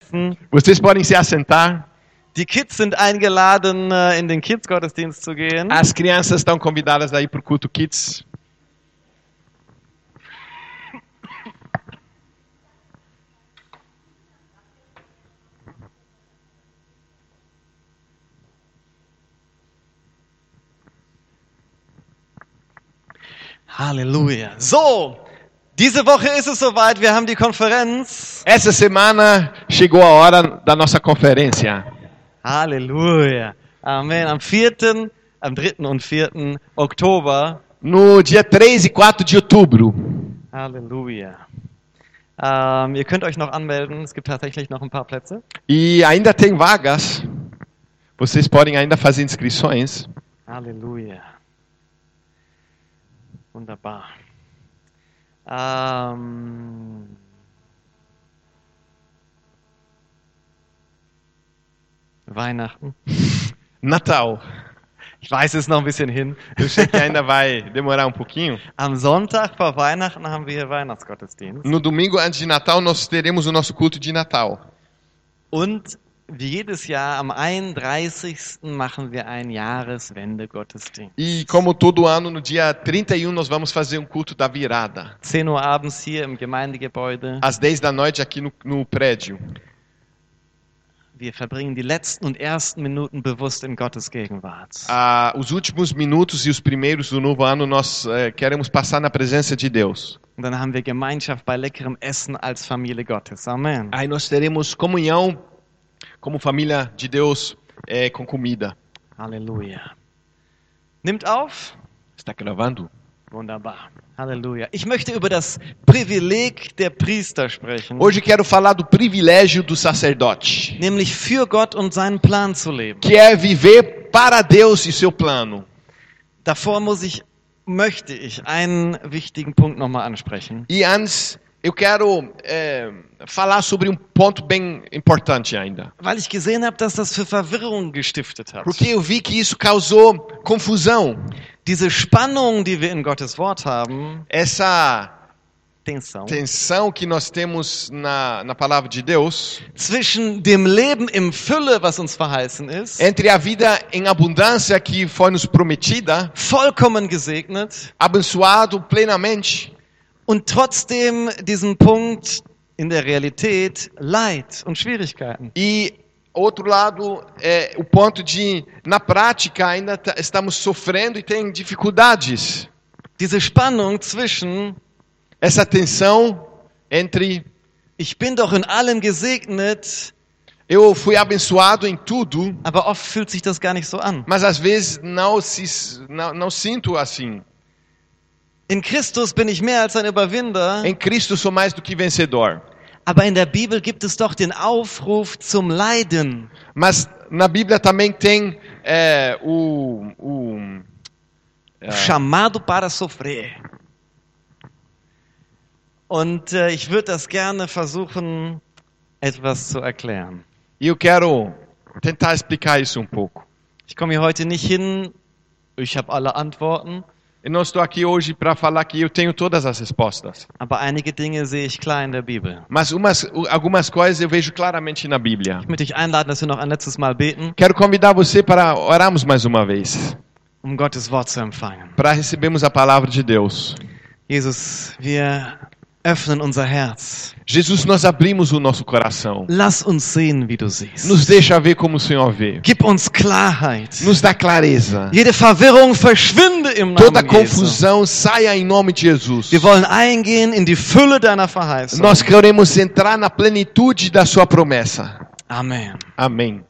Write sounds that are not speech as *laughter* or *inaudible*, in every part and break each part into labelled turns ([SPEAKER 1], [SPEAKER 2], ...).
[SPEAKER 1] sitzen.
[SPEAKER 2] Vocês podem se assentar.
[SPEAKER 1] Die Kids sind eingeladen, äh, in den Kids-Gottesdienst zu gehen.
[SPEAKER 2] As crianças estão convidadas aí para o culto Kids.
[SPEAKER 1] Halleluja. So, diese Woche ist es soweit. Wir haben die Konferenz.
[SPEAKER 2] Essa semana chegou a hora da nossa conferência.
[SPEAKER 1] Halleluja. Amen. Am 4., am 3. und 4. Oktober.
[SPEAKER 2] No dia 3 e 4 de outubro.
[SPEAKER 1] Halleluja. Ähm, ihr könnt euch noch anmelden. Es gibt tatsächlich noch ein paar Plätze.
[SPEAKER 2] E ainda tem vagas. Vocês podem ainda fazer inscrições.
[SPEAKER 1] Halleluja. Wunderbar. Ähm, Weihnachten.
[SPEAKER 2] Natal.
[SPEAKER 1] Ich weiß, es ist noch ein bisschen hin.
[SPEAKER 2] Eu sei que ainda vai demorar um pouquinho.
[SPEAKER 1] Am Sonntag vor Weihnachten haben wir hier Weihnachtsgottesdienst.
[SPEAKER 2] No domingo antes de Natal, nós teremos o nosso culto de Natal.
[SPEAKER 1] Und wie jedes Jahr am 31. machen wir einen Jahreswende-Gottesdienst.
[SPEAKER 2] E como todo ano, no dia 31, nós vamos fazer um culto da virada.
[SPEAKER 1] 10 Uhr abends hier im Gemeindegebäude.
[SPEAKER 2] Às 10 da noite aqui no, no prédio.
[SPEAKER 1] Wir verbringen die letzten und ersten Minuten bewusst in Gottes Gegenwart.
[SPEAKER 2] Ah, os últimos minutos e os primeiros do novo ano, nós eh, queremos passar na presença de Deus.
[SPEAKER 1] Und dann haben wir Gemeinschaft bei leckerem Essen als Familie Gottes. Amen.
[SPEAKER 2] Aí nós teremos comunhão como família de Deus eh, com comida.
[SPEAKER 1] Halleluja. Nimmt auf.
[SPEAKER 2] Está gravando?
[SPEAKER 1] Wunderbar. Halleluja. Ich möchte über das Privileg der Priester sprechen,
[SPEAKER 2] Hoje quero falar do privilégio do sacerdote,
[SPEAKER 1] nämlich für Gott und seinen Plan zu leben.
[SPEAKER 2] que é viver para Deus e seu plano.
[SPEAKER 1] Davor muss ich, möchte ich einen wichtigen Punkt nochmal ansprechen.
[SPEAKER 2] E antes, eu quero eh, falar sobre um ponto bem importante ainda.
[SPEAKER 1] Weil ich gesehen habe, dass das für Verwirrung gestiftet hat.
[SPEAKER 2] Porque eu vi que isso causou confusão.
[SPEAKER 1] Diese Spannung, die wir in Gottes Wort haben,
[SPEAKER 2] Essa
[SPEAKER 1] Tension,
[SPEAKER 2] tensão que nós temos na, na palavra de Deus,
[SPEAKER 1] zwischen dem Leben im Fülle, was uns verheißen ist,
[SPEAKER 2] entre a vida em abundância que foi nos prometida,
[SPEAKER 1] vollkommen gesegnet,
[SPEAKER 2] abençoado plenamente,
[SPEAKER 1] und trotzdem diesen Punkt in der Realität Leid und Schwierigkeiten.
[SPEAKER 2] e outro lado é o ponto de na prática ainda ta- estamos sofrendo e tem dificuldades.
[SPEAKER 1] Diese Spannung zwischen,
[SPEAKER 2] Essa tensão entre
[SPEAKER 1] ich bin doch in allem gesegnet,
[SPEAKER 2] eu fui abençoado em tudo,
[SPEAKER 1] aber oft fühlt sich das gar nicht so an.
[SPEAKER 2] mas às vezes não se não, não sinto assim.
[SPEAKER 1] In Christus bin ich mehr als ein Überwinder,
[SPEAKER 2] Em Cristo sou mais do que vencedor.
[SPEAKER 1] aber in der Bibel gibt es doch den Aufruf zum Leiden.
[SPEAKER 2] Mas na Bíblia também tem é, o, o
[SPEAKER 1] Chamado para sofrer. Und äh, ich würde das gerne versuchen, etwas zu erklären.
[SPEAKER 2] e eu quero tentar explicar isso um pouco.
[SPEAKER 1] Ich komme hier heute nicht hin, ich habe alle Antworten,
[SPEAKER 2] Eu não estou aqui hoje para falar que eu tenho todas as respostas,
[SPEAKER 1] aber einige Dinge sehe ich klar in der Bibel.
[SPEAKER 2] mas umas, u- algumas coisas eu vejo claramente na Bíblia.
[SPEAKER 1] Ich möchte dich einladen, dass wir noch ein letztes Mal beten,
[SPEAKER 2] Quero convidar você para orarmos mais uma vez,
[SPEAKER 1] um Gottes Wort zu empfangen.
[SPEAKER 2] para recebermos a palavra de Deus.
[SPEAKER 1] Jesus, wir öffnen unser Herz.
[SPEAKER 2] Jesus, nós abrimos o nosso coração.
[SPEAKER 1] Lass uns sehen, wie du siehst.
[SPEAKER 2] Nos deixa ver como o Senhor vê.
[SPEAKER 1] Gib uns Klarheit.
[SPEAKER 2] Nos dá clareza.
[SPEAKER 1] Jede Verwirrung verschwinde im
[SPEAKER 2] Toda
[SPEAKER 1] Namen Jesu.
[SPEAKER 2] confusão saia em nome de Jesus.
[SPEAKER 1] Wir wollen eingehen in die Fülle deiner Verheißung.
[SPEAKER 2] Nós queremos entrar na plenitude da sua promessa.
[SPEAKER 1] Amen.
[SPEAKER 2] Amém.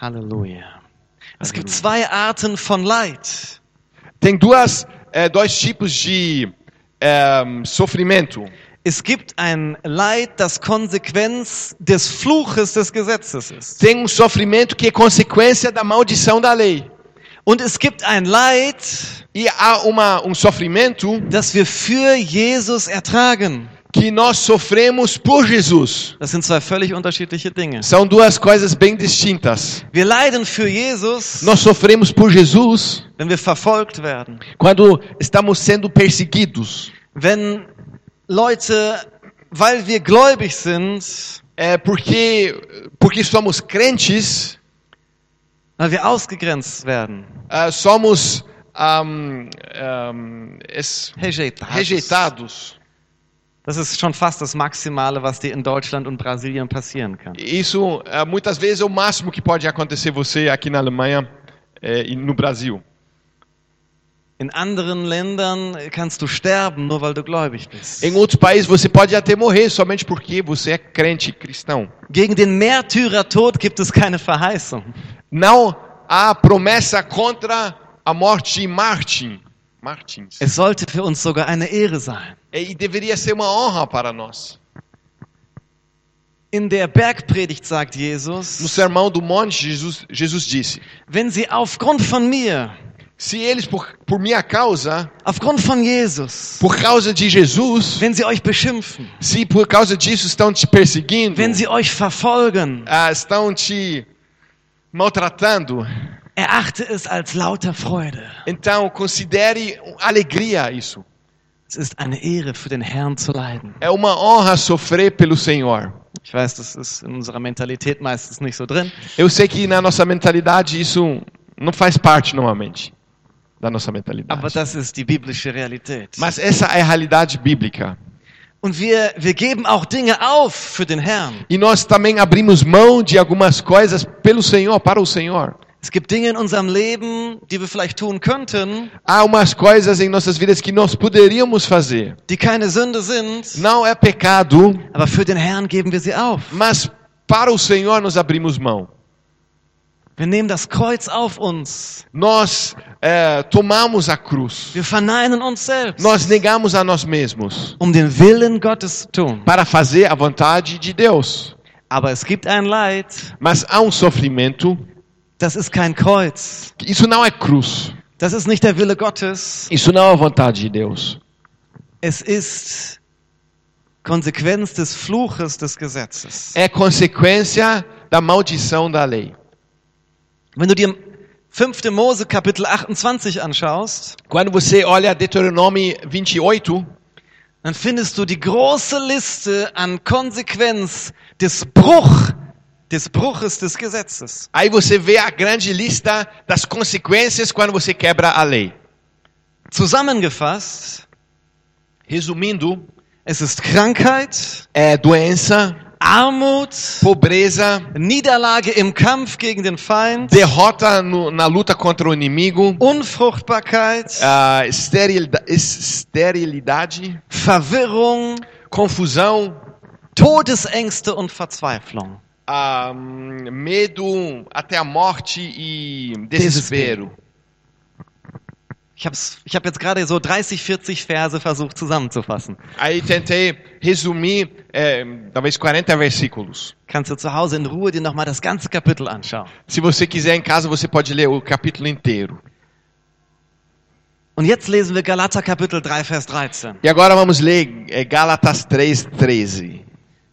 [SPEAKER 1] Halleluja. Es
[SPEAKER 2] Halleluja.
[SPEAKER 1] gibt zwei Arten von Leid.
[SPEAKER 2] Tem duas, eh, dois tipos de eh, sofrimento.
[SPEAKER 1] Es gibt ein Leid, das Konsequenz des Fluches des Gesetzes ist.
[SPEAKER 2] Tem um sofrimento que é consequência da maldição da lei.
[SPEAKER 1] Und es gibt ein Leid,
[SPEAKER 2] E há uma, um sofrimento
[SPEAKER 1] das wir für Jesus ertragen.
[SPEAKER 2] que nós sofremos por Jesus.
[SPEAKER 1] Das sind zwei völlig unterschiedliche Dinge.
[SPEAKER 2] São duas coisas bem distintas.
[SPEAKER 1] Wir leiden für Jesus,
[SPEAKER 2] Nós sofremos por Jesus
[SPEAKER 1] wenn wir verfolgt werden,
[SPEAKER 2] quando estamos sendo perseguidos.
[SPEAKER 1] wenn Leute, weil wir gläubig sind,
[SPEAKER 2] é, porque, porque somos crentes,
[SPEAKER 1] weil wir ausgegrenzt werden,
[SPEAKER 2] ah, somos ahm, ahm, es-
[SPEAKER 1] rejeitados.
[SPEAKER 2] rejeitados.
[SPEAKER 1] Das ist schon fast das Maximale, was dir in Deutschland und Brasilien passieren kann.
[SPEAKER 2] Isso ah, muitas vezes é o máximo que pode acontecer você aqui na Alemanha é, e no Brasil.
[SPEAKER 1] In anderen Ländern kannst du sterben, nur weil du gläubig bist.
[SPEAKER 2] Em outros países você pode até morrer somente porque você é crente cristão.
[SPEAKER 1] Gegen den Märtyrertod gibt es keine Verheißung.
[SPEAKER 2] Não há promessa contra a morte em Martin. Martins.
[SPEAKER 1] Es sollte für uns sogar eine Ehre sein.
[SPEAKER 2] E deveria ser uma honra para nós.
[SPEAKER 1] In der Bergpredigt sagt
[SPEAKER 2] No
[SPEAKER 1] Jesus,
[SPEAKER 2] sermão do monte, Jesus, Jesus disse:
[SPEAKER 1] wenn sie aufgrund von mir,
[SPEAKER 2] Se eles, por, por minha causa,
[SPEAKER 1] aufgrund von Jesus,
[SPEAKER 2] por causa de Jesus,
[SPEAKER 1] wenn sie euch beschimpfen,
[SPEAKER 2] se por causa disso estão te perseguindo,
[SPEAKER 1] wenn sie euch verfolgen,
[SPEAKER 2] ah, estão te maltratando,
[SPEAKER 1] erachte es als lauter Freude.
[SPEAKER 2] então considere alegria isso.
[SPEAKER 1] Es ist eine Ehre für den Herrn zu leiden.
[SPEAKER 2] É uma honra sofrer pelo Senhor.
[SPEAKER 1] Ich weiß, das ist in unserer Mentalität meistens nicht so drin,
[SPEAKER 2] Eu sei que na nossa mentalidade isso não faz parte normalmente da nossa mentalidade.
[SPEAKER 1] aber das ist die biblische Realität.
[SPEAKER 2] Mas essa é a realidade bíblica.
[SPEAKER 1] Und wir, wir geben auch Dinge auf für den Herrn.
[SPEAKER 2] E nós também abrimos mão de algumas coisas pelo Senhor, para o Senhor.
[SPEAKER 1] Es gibt Dinge in unserem Leben, die wir vielleicht tun könnten,
[SPEAKER 2] Há umas coisas em nossas vidas que nós poderíamos fazer.
[SPEAKER 1] die keine Sünde sind,
[SPEAKER 2] Não é pecado,
[SPEAKER 1] aber für den Herrn geben wir sie auf.
[SPEAKER 2] mas para o Senhor nós abrimos mão.
[SPEAKER 1] Wir nehmen das Kreuz auf uns.
[SPEAKER 2] Nós eh, tomamos a cruz.
[SPEAKER 1] Wir verneinen uns selbst,
[SPEAKER 2] Nós negamos a nós mesmos
[SPEAKER 1] um den Willen Gottes zu tun.
[SPEAKER 2] para fazer a vontade de Deus.
[SPEAKER 1] Aber es gibt ein Leid,
[SPEAKER 2] Mas há um sofrimento.
[SPEAKER 1] das ist kein Kreuz.
[SPEAKER 2] que Isso não é cruz.
[SPEAKER 1] Das ist nicht der Wille Gottes.
[SPEAKER 2] Isso não é a vontade de Deus.
[SPEAKER 1] Es ist Konsequenz des Fluches des Gesetzes.
[SPEAKER 2] É consequência da maldição da lei.
[SPEAKER 1] Wenn du dir 5. Mose Kapitel 28 anschaust,
[SPEAKER 2] Quando você olha Deuteronômio 28,
[SPEAKER 1] dann findest du die große Liste an Konsequenz des Bruch, des Bruches des Gesetzes.
[SPEAKER 2] aí você vê a grande lista das consequências quando você quebra a lei.
[SPEAKER 1] Zusammengefasst,
[SPEAKER 2] Resumindo,
[SPEAKER 1] es ist Krankheit,
[SPEAKER 2] é doença,
[SPEAKER 1] Armut,
[SPEAKER 2] pobreza,
[SPEAKER 1] Niederlage im Kampf gegen den Feind,
[SPEAKER 2] derrota no- na luta contra o inimigo,
[SPEAKER 1] Unfruchtbarkeit,
[SPEAKER 2] a esterilida- es- esterilidade,
[SPEAKER 1] Verwirrung,
[SPEAKER 2] confusão,
[SPEAKER 1] Todesängste und Verzweiflung.
[SPEAKER 2] a, hum, medo até a morte e desespero.
[SPEAKER 1] Ich habe ich hab jetzt gerade so 30, 40 Verse versucht zusammenzufassen.
[SPEAKER 2] Aí tentei resumir, é, talvez 40 versículos.
[SPEAKER 1] Kannst du zu Hause in Ruhe dir nochmal das ganze Kapitel anschauen.
[SPEAKER 2] Se você quiser em casa, você pode ler o capítulo inteiro.
[SPEAKER 1] Und jetzt lesen wir Galater Kapitel 3, Vers 13.
[SPEAKER 2] E agora vamos ler é, Gálatas 3, 13.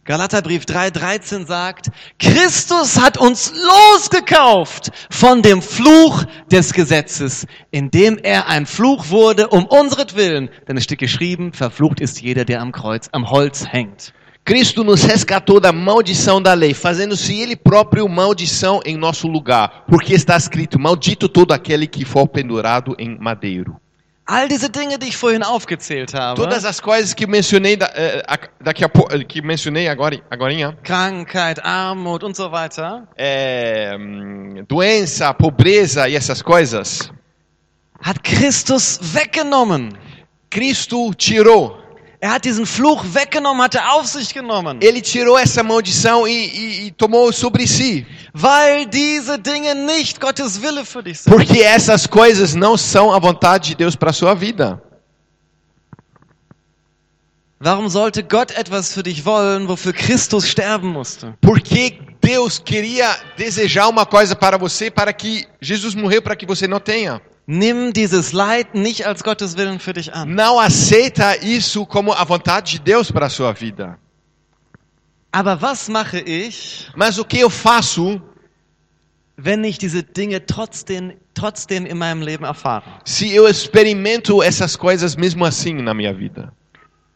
[SPEAKER 1] Galaterbrief 3,13 sagt, Christus hat uns losgekauft von dem Fluch des Gesetzes, indem er ein Fluch wurde um unseretwillen. Denn es steht geschrieben, verflucht ist jeder, der am Kreuz, am Holz hängt.
[SPEAKER 2] Cristo nos resgatou da maldição da lei, fazendo-se ele próprio maldição em nosso lugar, porque está escrito: Maldito todo aquele que for pendurado em madeiro.
[SPEAKER 1] All diese Dinge, die ich vorhin aufgezählt habe,
[SPEAKER 2] Todas as coisas que mencionei da, eh, a- daqui a pouco, que mencionei agora, agorinha,
[SPEAKER 1] Krankheit, Armut und so weiter,
[SPEAKER 2] eh, hum, doença, pobreza e essas coisas,
[SPEAKER 1] hat Christus weggenommen.
[SPEAKER 2] Cristo tirou.
[SPEAKER 1] Er hat diesen Fluch weggenommen, hat er auf sich genommen.
[SPEAKER 2] Ele tirou essa maldição e, e- e tomou sobre si,
[SPEAKER 1] Weil diese Dinge nicht Gottes Wille für dich sind.
[SPEAKER 2] porque essas coisas não são a vontade de Deus para sua vida.
[SPEAKER 1] Warum sollte Gott etwas für dich wollen, wofür Christus sterben musste?
[SPEAKER 2] Porque Deus queria desejar uma coisa para você para que Jesus morreu para que você não tenha.
[SPEAKER 1] Nimm dieses Leid nicht als Gottes Willen für dich an.
[SPEAKER 2] Não aceita isso como a vontade de Deus para a sua vida.
[SPEAKER 1] Aber was mache ich,
[SPEAKER 2] Mas o que eu faço
[SPEAKER 1] wenn ich diese Dinge trotzdem, trotzdem in meinem Leben erfahre?
[SPEAKER 2] se eu experimento essas coisas mesmo assim na minha vida?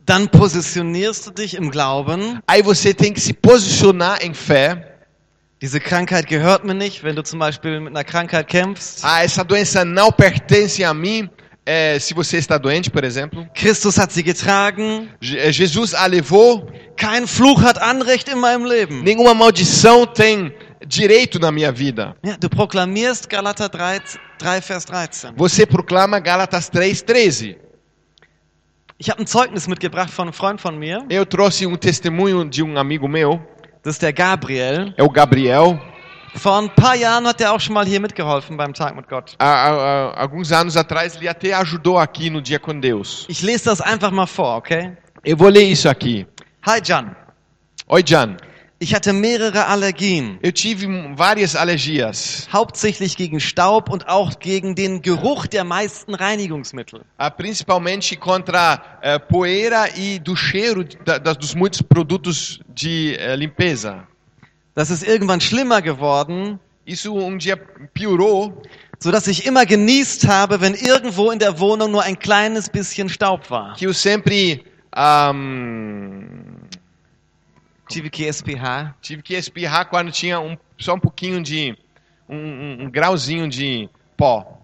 [SPEAKER 1] dann positionierst du dich im Glauben.
[SPEAKER 2] Aí você tem que se posicionar em fé.
[SPEAKER 1] Diese Krankheit gehört mir nicht, wenn du zum Beispiel mit einer Krankheit kämpfst.
[SPEAKER 2] Ah, essa doença não pertence a mim. É, se você está doente, por exemplo,
[SPEAKER 1] Christus hat sie getragen.
[SPEAKER 2] Je- é, Jesus a levou.
[SPEAKER 1] Kein Fluch hat Anrecht in meinem Leben.
[SPEAKER 2] Nenhuma maldição tem direito na minha vida.
[SPEAKER 1] Ja, du proklamierst Galater 3, 3 Vers 13.
[SPEAKER 2] Você proclama Gálatas 3:13.
[SPEAKER 1] Ich habe ein Zeugnis mitgebracht von einem Freund von mir.
[SPEAKER 2] Eu trouxe um testemunho de um amigo meu,
[SPEAKER 1] Das ist der Gabriel.
[SPEAKER 2] é o Gabriel.
[SPEAKER 1] Vor ein paar Jahren hat er auch schon mal hier mitgeholfen beim Tag mit Gott.
[SPEAKER 2] Há, há- há alguns anos atrás ele até ajudou aqui no Dia com Deus.
[SPEAKER 1] Ich lese das einfach mal vor, okay?
[SPEAKER 2] Eu vou ler isso aqui.
[SPEAKER 1] Hi Jan,
[SPEAKER 2] Oi, Jan.
[SPEAKER 1] ich hatte mehrere Allergien,
[SPEAKER 2] Eu tive m- várias alergias,
[SPEAKER 1] hauptsächlich gegen Staub und auch gegen den Geruch der meisten Reinigungsmittel.
[SPEAKER 2] ah, principalmente contra eh, poeira e do cheiro de- da, das- dos muitos produtos de eh, limpeza.
[SPEAKER 1] Das ist irgendwann schlimmer geworden,
[SPEAKER 2] Isso um dia piorou,
[SPEAKER 1] so dass ich immer genießt habe, wenn irgendwo in der Wohnung nur ein kleines bisschen Staub war.
[SPEAKER 2] que eu sempre ahm,
[SPEAKER 1] GVKSPH.
[SPEAKER 2] tive que espirrar quando tinha um, só um pouquinho de um, um- um grauzinho de pó.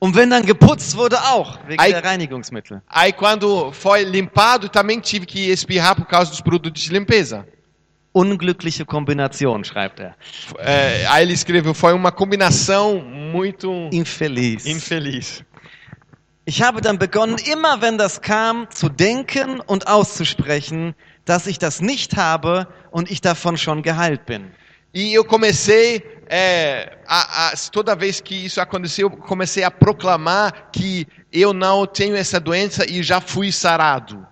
[SPEAKER 1] Und wenn dann geputzt wurde auch, wegen
[SPEAKER 2] Ei-
[SPEAKER 1] der Reinigungsmittel.
[SPEAKER 2] Aí quando foi limpado, também tive que espirrar por causa dos produtos de limpeza.
[SPEAKER 1] Unglückliche Kombination, schreibt er.
[SPEAKER 2] É, aí ele escreveu, foi uma combinação muito
[SPEAKER 1] Infeliz.
[SPEAKER 2] infeliz.
[SPEAKER 1] Ich habe dann begonnen, immer wenn das kam, zu denken und auszusprechen, dass ich das nicht habe und ich davon schon geheilt bin.
[SPEAKER 2] E eu comecei, é, a- a- toda vez que isso aconteceu, eu comecei a proclamar que eu não tenho essa doença e já fui sarado.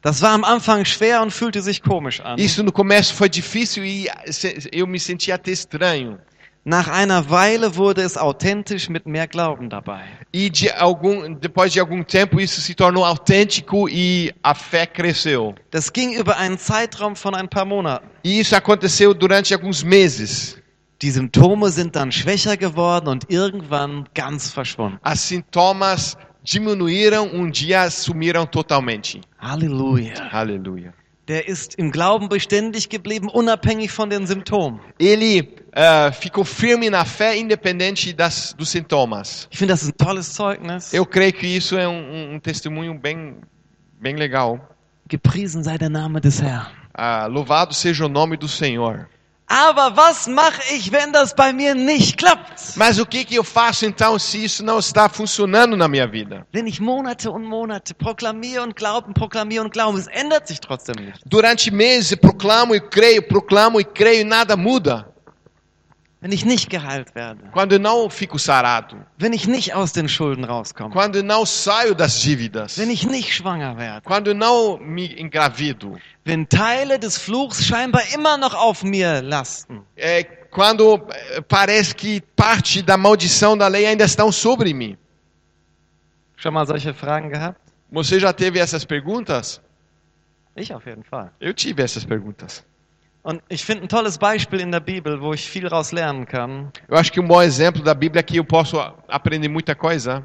[SPEAKER 1] Das war am Anfang schwer und fühlte sich komisch an.
[SPEAKER 2] Isso no começo foi difícil e se- eu me sentia até estranho.
[SPEAKER 1] Nach einer Weile wurde es authentisch mit mehr Glauben dabei.
[SPEAKER 2] E de algum, depois de algum tempo isso se tornou autêntico e a fé cresceu.
[SPEAKER 1] Das ging über einen Zeitraum von ein paar Monaten.
[SPEAKER 2] E isso aconteceu durante alguns meses.
[SPEAKER 1] Die Symptome sind dann schwächer geworden und irgendwann ganz verschwunden.
[SPEAKER 2] As sintomas diminuíram, um dia sumiram totalmente.
[SPEAKER 1] Halleluja.
[SPEAKER 2] Aleluia.
[SPEAKER 1] Der ist im Glauben beständig geblieben, unabhängig von den Symptomen.
[SPEAKER 2] Ele ah, ficou firme na fé, independente das, dos sintomas.
[SPEAKER 1] Ich finde, das ist ein tolles Zeugnis.
[SPEAKER 2] Eu creio que isso é um, um- um testemunho bem, bem legal.
[SPEAKER 1] Gepriesen sei der Name des Herrn.
[SPEAKER 2] Ah, louvado seja o nome do Senhor.
[SPEAKER 1] Aber was mache ich, wenn das bei mir nicht klappt?
[SPEAKER 2] Mas o que, que eu faço então se isso não está funcionando na minha vida?
[SPEAKER 1] Wenn ich Monate und Monate proklamiere und glaube, und proklamiere und glaube, es ändert sich trotzdem nicht.
[SPEAKER 2] Durante meses eu proclamo e creio, proclamo e creio, e nada muda.
[SPEAKER 1] Wenn ich nicht geheilt werde,
[SPEAKER 2] Quando eu não fico sarado,
[SPEAKER 1] wenn ich nicht aus den Schulden rauskomme,
[SPEAKER 2] quando eu não saio das dívidas,
[SPEAKER 1] wenn ich nicht schwanger werde,
[SPEAKER 2] quando eu não me engravido,
[SPEAKER 1] wenn Teile des Fluchs scheinbar immer noch auf mir lasten,
[SPEAKER 2] é, quando é, parece que parte da maldição da lei ainda estão sobre mim.
[SPEAKER 1] schon mal solche Fragen gehabt?
[SPEAKER 2] Você já teve essas perguntas?
[SPEAKER 1] Ich auf jeden Fall.
[SPEAKER 2] Eu tive essas perguntas.
[SPEAKER 1] Und ich finde ein tolles Beispiel in der Bibel, wo ich viel raus lernen kann.
[SPEAKER 2] Eu acho que um bom exemplo da Bíblia é que eu posso a- aprender muita coisa.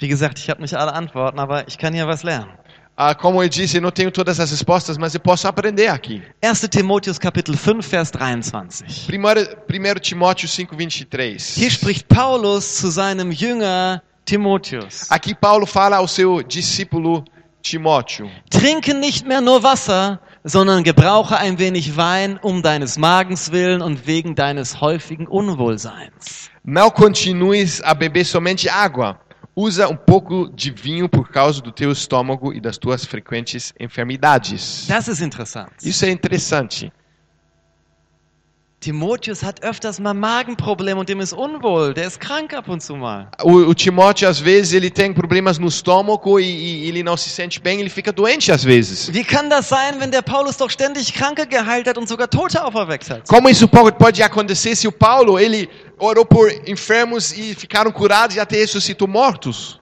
[SPEAKER 1] Wie gesagt, ich habe nicht alle Antworten, aber ich kann hier was lernen.
[SPEAKER 2] Ah, como eu disse, eu não tenho todas as respostas, mas eu posso aprender aqui.
[SPEAKER 1] 1. Timotheus Kapitel 5, Vers 23.
[SPEAKER 2] 1 Timóteo 5, 23.
[SPEAKER 1] Hier spricht Paulus zu seinem Jünger Timotheus.
[SPEAKER 2] Aqui Paulo fala ao seu discípulo Timóteo:
[SPEAKER 1] Trinke nicht mehr nur Wasser, sondern gebrauche ein wenig Wein um deines Magens willen und wegen deines häufigen Unwohlseins.
[SPEAKER 2] Não continues a beber somente água. Usa um pouco de vinho por causa do teu estômago e das tuas frequentes enfermidades.
[SPEAKER 1] Das ist interessant.
[SPEAKER 2] Isso é interessante.
[SPEAKER 1] Timotheus hat öfters mal Magenprobleme und dem ist unwohl. Der ist krank ab und zu mal.
[SPEAKER 2] O, o Timóteo, às vezes, ele tem problemas no estômago e, e ele não se sente bem, ele fica doente às vezes.
[SPEAKER 1] Wie kann das sein, wenn der Paulus doch ständig Kranke geheilt hat und sogar Tote auferweckt hat?
[SPEAKER 2] Como isso po- pode acontecer se o Paulo, ele orou por enfermos e ficaram curados e até ressuscitou mortos?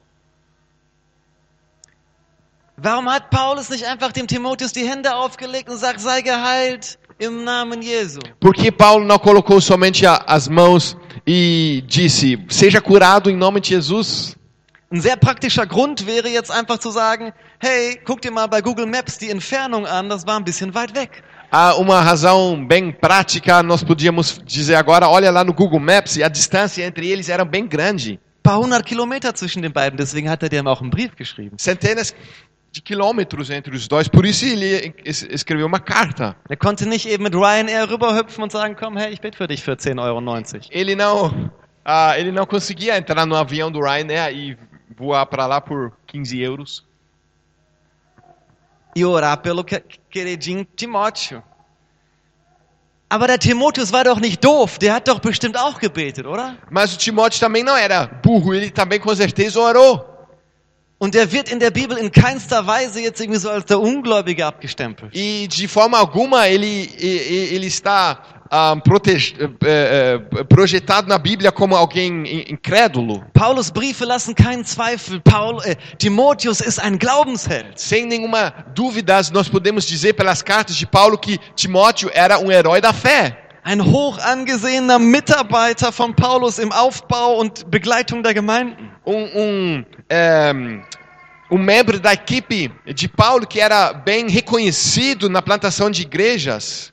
[SPEAKER 1] Warum hat Paulus nicht einfach dem Timotheus die Hände aufgelegt und sagt, sei geheilt im Namen Jesu?
[SPEAKER 2] Por que Paulo não colocou somente a- as mãos e disse: Seja curado em nome de Jesus?
[SPEAKER 1] Ein sehr praktischer Grund wäre jetzt einfach zu sagen, hey, guck dir mal bei Google Maps die Entfernung an, das war ein bisschen weit weg.
[SPEAKER 2] Há uma razão bem prática, nós podíamos dizer agora, olha lá no Google Maps, e a distância entre eles era bem grande.
[SPEAKER 1] Ein paar hundert Kilometer zwischen den beiden, deswegen hat er dir auch einen Brief geschrieben.
[SPEAKER 2] Centenas de quilômetros entre os dois, por isso ele es- escreveu uma carta.
[SPEAKER 1] Er konnte nicht eben mit Ryanair rüberhüpfen und sagen, komm, hey, ich bete für dich für 10,90 Euro.
[SPEAKER 2] Ele não, ah, ele não conseguia entrar no avião do Ryanair e voar para lá por 15 euros.
[SPEAKER 1] e orar pelo que- queridinho Timóteo. Aber der Timotheus war doch nicht doof, der hat doch bestimmt auch gebetet, oder?
[SPEAKER 2] Mas o Timóteo também não era burro, ele também com certeza orou.
[SPEAKER 1] Und der wird in der Bibel in keinster Weise jetzt irgendwie so als der Ungläubige abgestempelt.
[SPEAKER 2] E de forma alguma ele, e- e- ele está ah, protege- eh, eh, projetado na Bíblia como alguém in- incrédulo.
[SPEAKER 1] Paulus Briefe lassen keinen Zweifel. Paul, äh, Timotheus ist ein Glaubensheld.
[SPEAKER 2] Sem nenhuma dúvida, nós podemos dizer pelas cartas de Paulo que Timóteo era um herói da fé.
[SPEAKER 1] Ein hoch angesehener Mitarbeiter von Paulus im Aufbau und Begleitung der Gemeinden.
[SPEAKER 2] Um, um, eh, um membro da equipe de Paulo que era bem reconhecido na plantação de igrejas.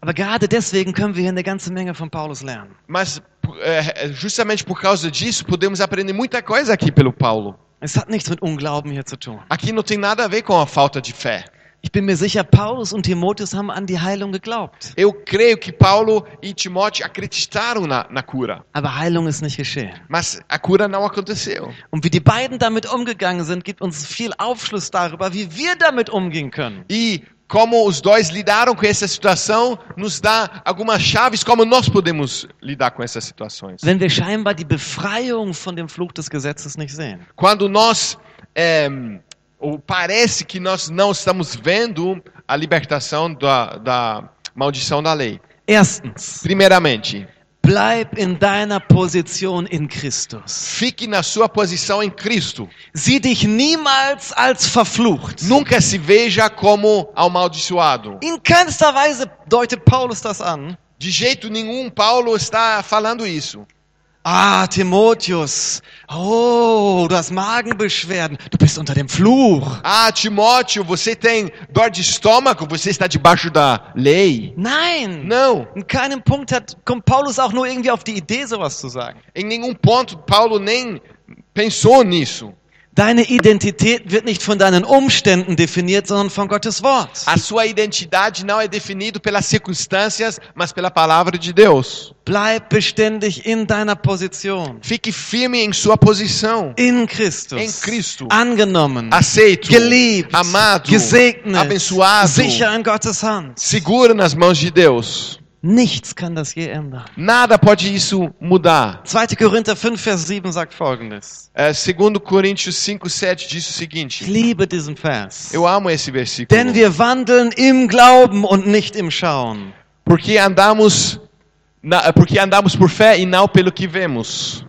[SPEAKER 1] Aber gerade deswegen können wir hier eine ganze Menge von Paulus lernen.
[SPEAKER 2] Mas eh, justamente por causa disso, podemos aprender muita coisa aqui pelo Paulo.
[SPEAKER 1] Es hat nichts mit Unglauben hier zu tun.
[SPEAKER 2] Aqui não tem nada a ver com a falta de fé.
[SPEAKER 1] Ich bin mir sicher, Paulus und Timotheus haben an die Heilung geglaubt.
[SPEAKER 2] Eu creio que Paulo e Timóteo acreditaram na, na cura,
[SPEAKER 1] Aber Heilung ist nicht geschehen.
[SPEAKER 2] mas a cura não aconteceu.
[SPEAKER 1] Und wie die beiden damit umgegangen sind, gibt uns viel Aufschluss darüber, wie wir damit umgehen können.
[SPEAKER 2] E como os dois lidaram com essa situação, nos dá algumas chaves como nós podemos lidar com essas situações.
[SPEAKER 1] Wenn wir scheinbar die Befreiung von dem Fluch des Gesetzes nicht sehen.
[SPEAKER 2] Quando nós, é, ou parece que nós não estamos vendo a libertação da, da maldição da lei.
[SPEAKER 1] Erstens,
[SPEAKER 2] Primeiramente,
[SPEAKER 1] bleib in deiner Position in Christus.
[SPEAKER 2] fique na sua posição em Cristo.
[SPEAKER 1] Sieh dich niemals als verflucht.
[SPEAKER 2] Nunca se veja como amaldiçoado.
[SPEAKER 1] In keinster Weise deutet Paulus das an.
[SPEAKER 2] De jeito nenhum, Paulo está falando isso.
[SPEAKER 1] Ah, Timotheus. Oh, du hast Magenbeschwerden. Du bist unter dem Fluch.
[SPEAKER 2] Ah, Timóteo, você tem dor de estômago, você está debaixo da lei.
[SPEAKER 1] Nein.
[SPEAKER 2] Não,
[SPEAKER 1] In keinem Punkt hat, kommt Paulus auch nur irgendwie auf die Idee, sowas zu sagen.
[SPEAKER 2] em nenhum ponto Paulo nem pensou nisso.
[SPEAKER 1] Deine Identität wird nicht von deinen Umständen definiert, sondern von Gottes Wort.
[SPEAKER 2] A sua identidade não é definida pelas circunstâncias, mas pela palavra de Deus.
[SPEAKER 1] Bleib beständig in deiner Position.
[SPEAKER 2] Fique firme em sua posição.
[SPEAKER 1] In Christus.
[SPEAKER 2] In Christus.
[SPEAKER 1] Angenommen.
[SPEAKER 2] Aceito,
[SPEAKER 1] Geliebt.
[SPEAKER 2] amado,
[SPEAKER 1] Gesegnet.
[SPEAKER 2] abençoado,
[SPEAKER 1] Sicher in Gottes Hand.
[SPEAKER 2] seguro nas mãos de Deus.
[SPEAKER 1] Nichts kann das je ändern.
[SPEAKER 2] Nada pode isso mudar.
[SPEAKER 1] 2. Korinther 5, Vers 7 sagt folgendes.
[SPEAKER 2] É, segundo Coríntios 5,7 diz o
[SPEAKER 1] Ich
[SPEAKER 2] seguinte:
[SPEAKER 1] liebe diesen Vers.
[SPEAKER 2] Eu amo esse versículo.
[SPEAKER 1] Denn wir wandeln im Glauben und nicht im Schauen.
[SPEAKER 2] Porque andamos na- porque andamos por fé e não pelo que vemos.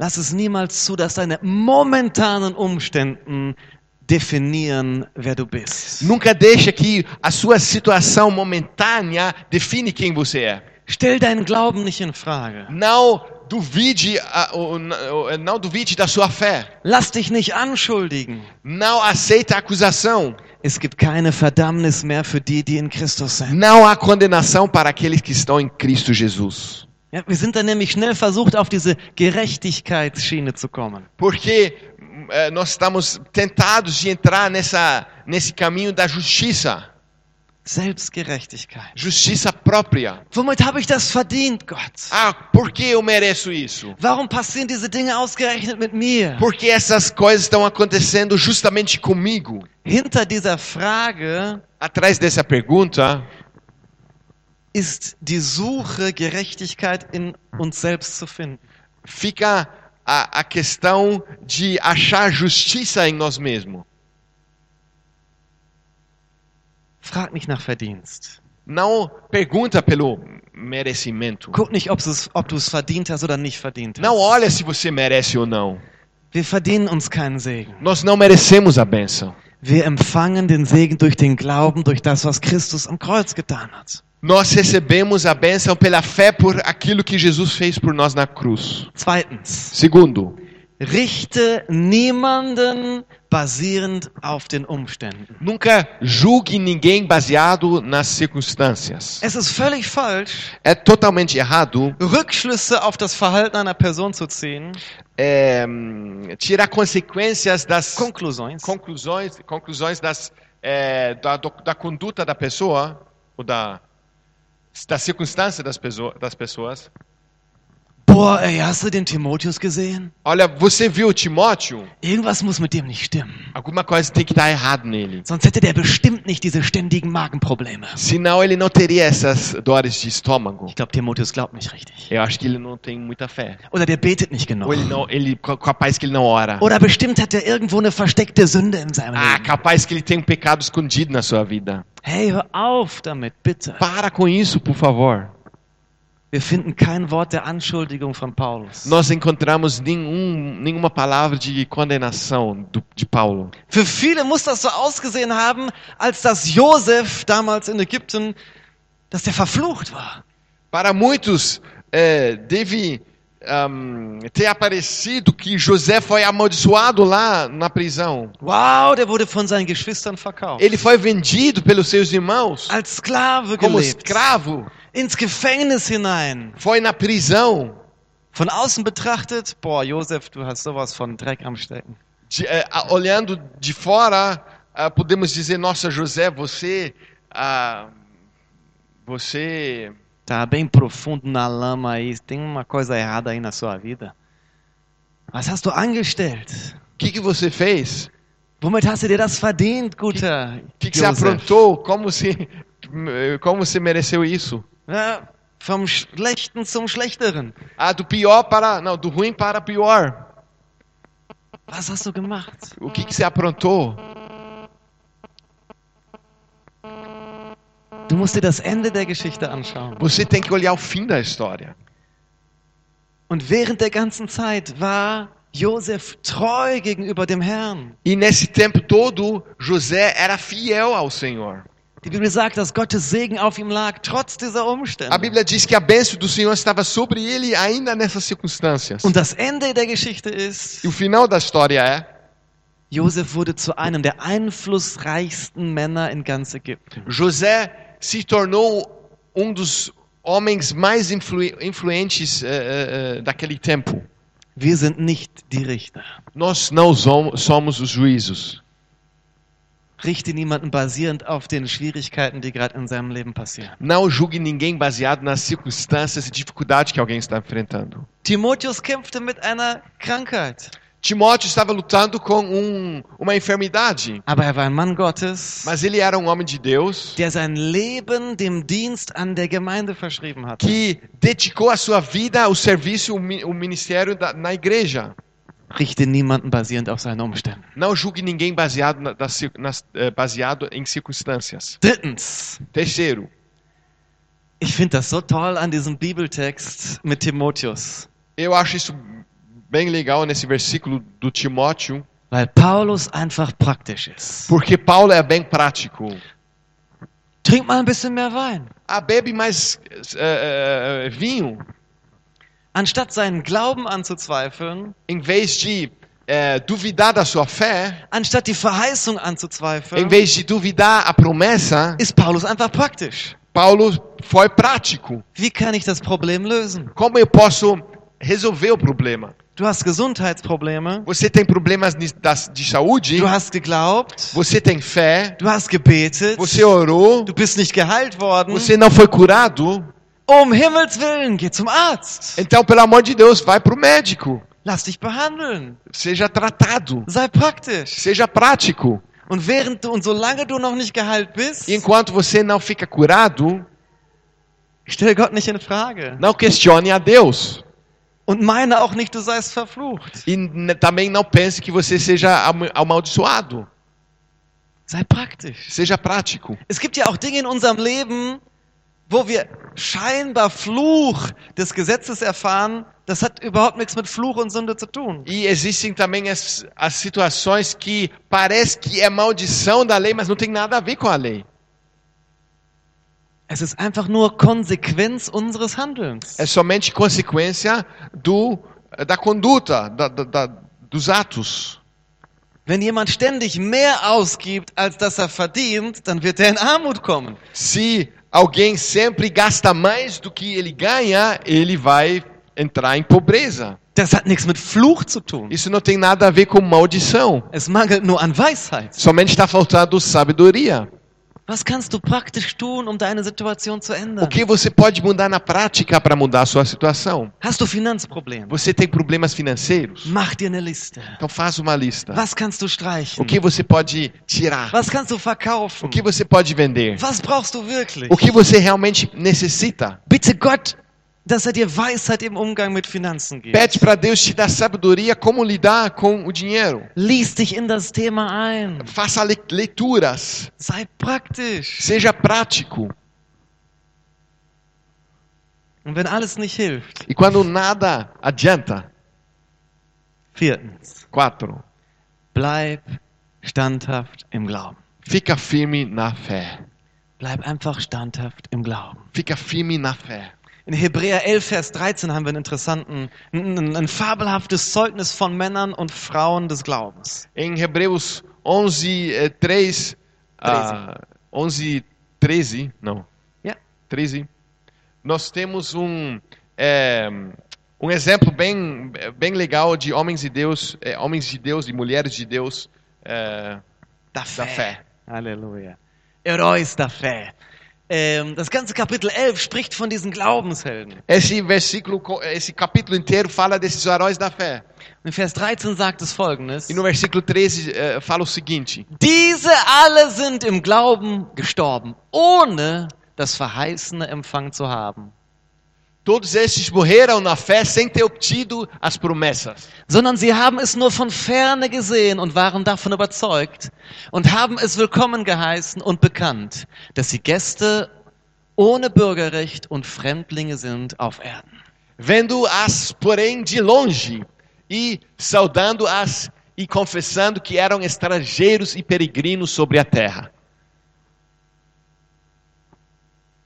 [SPEAKER 1] Lass es niemals zu, dass deine momentanen Umständen definieren, wer du bist.
[SPEAKER 2] Nunca deixa que a sua situação momentânea define quem você é.
[SPEAKER 1] Stell deinen Glauben nicht in Frage.
[SPEAKER 2] Não duvide, a- o- n- o- não duvide da sua fé.
[SPEAKER 1] Lass dich nicht anschuldigen.
[SPEAKER 2] Não aceita a acusação.
[SPEAKER 1] Es gibt keine Verdammnis mehr für die, die in Christus sind.
[SPEAKER 2] Não há condenação para aqueles que estão em Cristo Jesus.
[SPEAKER 1] Ja, wir sind dann nämlich schnell versucht, auf diese Gerechtigkeitsschiene zu kommen.
[SPEAKER 2] Porque eh, nós estamos tentados de entrar nessa, nesse caminho da justiça.
[SPEAKER 1] Selbstgerechtigkeit.
[SPEAKER 2] Justiça própria.
[SPEAKER 1] Womit habe ich das verdient, Gott?
[SPEAKER 2] Ah, por que eu mereço isso?
[SPEAKER 1] Warum passieren diese Dinge ausgerechnet mit mir?
[SPEAKER 2] Porque essas coisas estão acontecendo justamente comigo.
[SPEAKER 1] Hinter dieser Frage
[SPEAKER 2] Atrás dessa pergunta
[SPEAKER 1] ist die Suche, Gerechtigkeit in uns selbst zu finden.
[SPEAKER 2] fica a, a questão de achar justiça em nós mesmos.
[SPEAKER 1] Frag nicht nach Verdienst.
[SPEAKER 2] Não pergunta pelo merecimento.
[SPEAKER 1] Guck nicht, ob's es, ob du es verdient hast oder nicht verdient hast.
[SPEAKER 2] Não olha se você merece ou não.
[SPEAKER 1] Wir verdienen uns keinen Segen.
[SPEAKER 2] Nós não merecemos a bênção.
[SPEAKER 1] Wir empfangen den Segen durch den Glauben, durch das, was Christus am Kreuz getan hat.
[SPEAKER 2] Nós recebemos a bênção pela fé por aquilo que Jesus fez por nós na cruz.
[SPEAKER 1] Zweitens,
[SPEAKER 2] Segundo,
[SPEAKER 1] richte niemanden basierend auf den Umständen.
[SPEAKER 2] Nunca julgue ninguém baseado nas circunstâncias.
[SPEAKER 1] Es ist völlig falsch,
[SPEAKER 2] É totalmente errado
[SPEAKER 1] Rückschlüsse auf das Verhalten einer Person zu ziehen.
[SPEAKER 2] é, hum, tirar consequências das
[SPEAKER 1] Conclusions.
[SPEAKER 2] conclusões, conclusões das, é, da, do- da conduta da pessoa ou da, da circunstância das, peso- das pessoas.
[SPEAKER 1] Boah, ey, hast du den Timotheus gesehen?
[SPEAKER 2] Olha, você viu o Timóteo?
[SPEAKER 1] Irgendwas muss mit dem nicht stimmen.
[SPEAKER 2] Alguma coisa tem que estar errado nele.
[SPEAKER 1] Sonst hätte der bestimmt nicht diese ständigen Magenprobleme.
[SPEAKER 2] Senão ele não teria essas dores de estômago.
[SPEAKER 1] Ich glaube, Timotheus glaubt nicht richtig.
[SPEAKER 2] Eu acho que ele não tem muita fé.
[SPEAKER 1] Oder der betet nicht genau.
[SPEAKER 2] Ou ele não, ele capaz que ele não ora.
[SPEAKER 1] Oder bestimmt hat er irgendwo eine versteckte Sünde in seinem
[SPEAKER 2] Ah,
[SPEAKER 1] Leben.
[SPEAKER 2] capaz que ele tem um pecado escondido na sua vida.
[SPEAKER 1] Hey, hör auf damit, bitte.
[SPEAKER 2] Para com isso, por favor.
[SPEAKER 1] Wir finden kein Wort der Anschuldigung von Paulus.
[SPEAKER 2] Nós encontramos nenhum, nenhuma palavra de condenação do, de Paulo.
[SPEAKER 1] Für viele muss das so ausgesehen haben, als dass Josef damals in Ägypten, dass der verflucht war.
[SPEAKER 2] Para muitos, é, deve ahm, ter aparecido que José foi amaldiçoado lá na prisão.
[SPEAKER 1] Wow, der wurde von seinen Geschwistern verkauft.
[SPEAKER 2] Ele foi vendido pelos seus irmãos
[SPEAKER 1] Als Sklave
[SPEAKER 2] como
[SPEAKER 1] gelebt.
[SPEAKER 2] escravo.
[SPEAKER 1] Ins Gefängnis hinein.
[SPEAKER 2] Foi na prisão.
[SPEAKER 1] Von außen betrachtet, boah, Josef, du hast sowas von Dreck am Stecken.
[SPEAKER 2] De, é, a- olhando de fora, ah, podemos dizer: Nossa, José, você. ah, você.
[SPEAKER 1] Tá bem profundo na lama aí. Tem uma coisa errada aí na sua vida. Was hast du angestellt?
[SPEAKER 2] O que, que você fez?
[SPEAKER 1] Womit hast du dir das verdient, guter
[SPEAKER 2] O que, que você
[SPEAKER 1] Josef?
[SPEAKER 2] aprontou? Como você, *laughs* como você mereceu isso?
[SPEAKER 1] Ja, vom Schlechten zum Schlechteren.
[SPEAKER 2] Ah, do pior para. Não, do ruim para pior.
[SPEAKER 1] Was hast du gemacht?
[SPEAKER 2] O que, que você aprontou?
[SPEAKER 1] Du musst dir das Ende der Geschichte anschauen.
[SPEAKER 2] Você tem que olhar o fim da história.
[SPEAKER 1] Und während der ganzen Zeit war Josef treu gegenüber dem Herrn.
[SPEAKER 2] E nesse tempo todo, José era fiel ao Senhor.
[SPEAKER 1] Die Bibel sagt, dass Gottes Segen auf ihm lag, trotz dieser
[SPEAKER 2] A
[SPEAKER 1] Umstände.
[SPEAKER 2] Bíblia diz que a bênção do Senhor estava sobre ele ainda nessas circunstâncias.
[SPEAKER 1] Und das Ende der Geschichte
[SPEAKER 2] E
[SPEAKER 1] ist,
[SPEAKER 2] o final da história é:
[SPEAKER 1] Josef wurde zu einem der einflussreichsten Männer in ganz Ägypten.
[SPEAKER 2] José se tornou um dos homens mais influ- influentes eh, eh, eh, daquele tempo.
[SPEAKER 1] Wir sind nicht die Richter.
[SPEAKER 2] Nós não som- somos os juízos.
[SPEAKER 1] Richte niemanden basierend auf den Schwierigkeiten, die gerade in seinem Leben passieren.
[SPEAKER 2] Não julgue ninguém baseado nas circunstâncias e dificuldade que alguém está enfrentando.
[SPEAKER 1] Timotheus kämpfte mit einer Krankheit,
[SPEAKER 2] Timóteo estava lutando com um, uma enfermidade,
[SPEAKER 1] aber er war ein Mann Gottes.
[SPEAKER 2] mas ele era um homem de Deus
[SPEAKER 1] der sein Leben dem Dienst an der Gemeinde verschrieben hat.
[SPEAKER 2] que dedicou a sua vida ao serviço, o mi- o ministério da, na igreja.
[SPEAKER 1] Richte niemanden basierend auf seinen Umständen.
[SPEAKER 2] Não julgue ninguém baseado, na, das cir- nas, eh, baseado em circunstâncias.
[SPEAKER 1] Drittens,
[SPEAKER 2] Terceiro,
[SPEAKER 1] ich finde das so toll an diesem Bibeltext mit Timotheus,
[SPEAKER 2] eu acho isso bem legal nesse versículo do Timóteo,
[SPEAKER 1] weil Paulus einfach praktisch ist.
[SPEAKER 2] porque Paulo é bem prático.
[SPEAKER 1] Trink mal ein bisschen mehr Wein.
[SPEAKER 2] Ah, bebe mais eh, eh, vinho.
[SPEAKER 1] Anstatt seinen Glauben anzuzweifeln,
[SPEAKER 2] em vez de eh, duvidar da sua fé,
[SPEAKER 1] anstatt die Verheißung
[SPEAKER 2] em
[SPEAKER 1] anzuzweifeln,
[SPEAKER 2] vez de duvidar a promessa,
[SPEAKER 1] ist Paulus einfach praktisch.
[SPEAKER 2] Paulo foi prático.
[SPEAKER 1] Wie kann ich das Problem lösen?
[SPEAKER 2] Como eu posso resolver o problema?
[SPEAKER 1] Du hast Gesundheitsprobleme,
[SPEAKER 2] Você tem problemas ni- das- de saúde?
[SPEAKER 1] du hast geglaubt,
[SPEAKER 2] Você tem fé?
[SPEAKER 1] du hast gebetet,
[SPEAKER 2] Você orou?
[SPEAKER 1] du bist nicht geheilt worden.
[SPEAKER 2] Você não foi curado?
[SPEAKER 1] Um Himmels Willen, geh zum Arzt.
[SPEAKER 2] Então, pelo amor de Deus, vai para o médico.
[SPEAKER 1] Lass dich behandeln.
[SPEAKER 2] Seja tratado.
[SPEAKER 1] Sei praktisch.
[SPEAKER 2] Seja prático.
[SPEAKER 1] Und während du und solange du noch nicht geheilt bist,
[SPEAKER 2] E enquanto você não fica curado,
[SPEAKER 1] stell Gott nicht in Frage.
[SPEAKER 2] não questione a Deus.
[SPEAKER 1] Und meine auch nicht, du seist verflucht.
[SPEAKER 2] E n- também não pense que você seja am- amaldiçoado.
[SPEAKER 1] Sei praktisch.
[SPEAKER 2] Seja prático.
[SPEAKER 1] Es gibt ja auch Dinge in unserem Leben, wo wir scheinbar Fluch des Gesetzes erfahren. Das hat überhaupt nichts mit Fluch und Sünde zu tun.
[SPEAKER 2] E existem também as, as situações que parece que é maldição da lei, mas não tem nada a ver com a lei.
[SPEAKER 1] Es ist einfach nur Konsequenz unseres Handelns.
[SPEAKER 2] É somente consequência do da conduta, da, da, da- dos atos.
[SPEAKER 1] Wenn jemand ständig mehr ausgibt, als dass er verdient, dann wird er in Armut kommen.
[SPEAKER 2] Se alguém sempre gasta mais do que ele ganha, ele vai entrar em pobreza.
[SPEAKER 1] Das hat nichts mit Fluch zu tun.
[SPEAKER 2] Isso não tem nada a ver com maldição.
[SPEAKER 1] Es mangelt nur an Weisheit.
[SPEAKER 2] Somente está faltando sabedoria.
[SPEAKER 1] Was kannst du praktisch tun, um deine Situation zu
[SPEAKER 2] O
[SPEAKER 1] ändern?
[SPEAKER 2] que você pode mudar na prática para mudar a sua situação?
[SPEAKER 1] Hast du Finanzprobleme?
[SPEAKER 2] Você tem problemas financeiros?
[SPEAKER 1] Mach dir eine Liste.
[SPEAKER 2] Então faz uma lista.
[SPEAKER 1] Was kannst du streichen?
[SPEAKER 2] O que você pode tirar?
[SPEAKER 1] Was kannst du
[SPEAKER 2] O
[SPEAKER 1] verkaufen?
[SPEAKER 2] que você pode vender?
[SPEAKER 1] Was brauchst du wirklich?
[SPEAKER 2] O que você realmente necessita?
[SPEAKER 1] Bitte Gott, dass er dir Weisheit im Umgang mit Finanzen gibt.
[SPEAKER 2] Pede para Deus te dar sabedoria como lidar com o dinheiro.
[SPEAKER 1] Lies dich in das Thema ein.
[SPEAKER 2] Faça le- leituras.
[SPEAKER 1] Sei praktisch.
[SPEAKER 2] Seja prático.
[SPEAKER 1] Und wenn alles nicht hilft.
[SPEAKER 2] E quando nada adianta.
[SPEAKER 1] Viertens.
[SPEAKER 2] Quatro.
[SPEAKER 1] Bleib standhaft im Glauben.
[SPEAKER 2] Fica firme na fé.
[SPEAKER 1] Bleib einfach standhaft im Glauben.
[SPEAKER 2] Fica firme na fé.
[SPEAKER 1] In Hebräer 11, Vers 13 haben wir einen interessanten, ein, ein- ein fabelhaftes Zeugnis von Männern und Frauen des Glaubens.
[SPEAKER 2] Em Hebreus 11, eh, 3. ah, 11, 13. Não.
[SPEAKER 1] Ja.
[SPEAKER 2] 13. Nós temos um. eh, um exemplo bem, bem legal de homens de Deus, eh, homens de Deus e mulheres de Deus eh,
[SPEAKER 1] Da
[SPEAKER 2] da fé.
[SPEAKER 1] Halleluja. Herois da fé. Ähm, das ganze Kapitel 11 spricht von diesen Glaubenshelden.
[SPEAKER 2] Esse versículo, co- esse capítulo inteiro fala desses heróis da fé.
[SPEAKER 1] In Vers 13 sagt es folgendes.
[SPEAKER 2] E no versículo 13 eh, fala o seguinte:
[SPEAKER 1] Diese alle sind im Glauben gestorben, ohne das verheißene Empfang zu haben,
[SPEAKER 2] Todos estes morreram na fé sem ter obtido as promessas,
[SPEAKER 1] sondern sie haben es nur von ferne gesehen und waren davon überzeugt und haben es willkommen geheißen und bekannt, dass sie Gäste ohne Bürgerrecht und Fremdlinge sind auf Erden.
[SPEAKER 2] vendo-as, porém, de longe, e saudando-as e confessando que eram estrangeiros e peregrinos sobre a terra.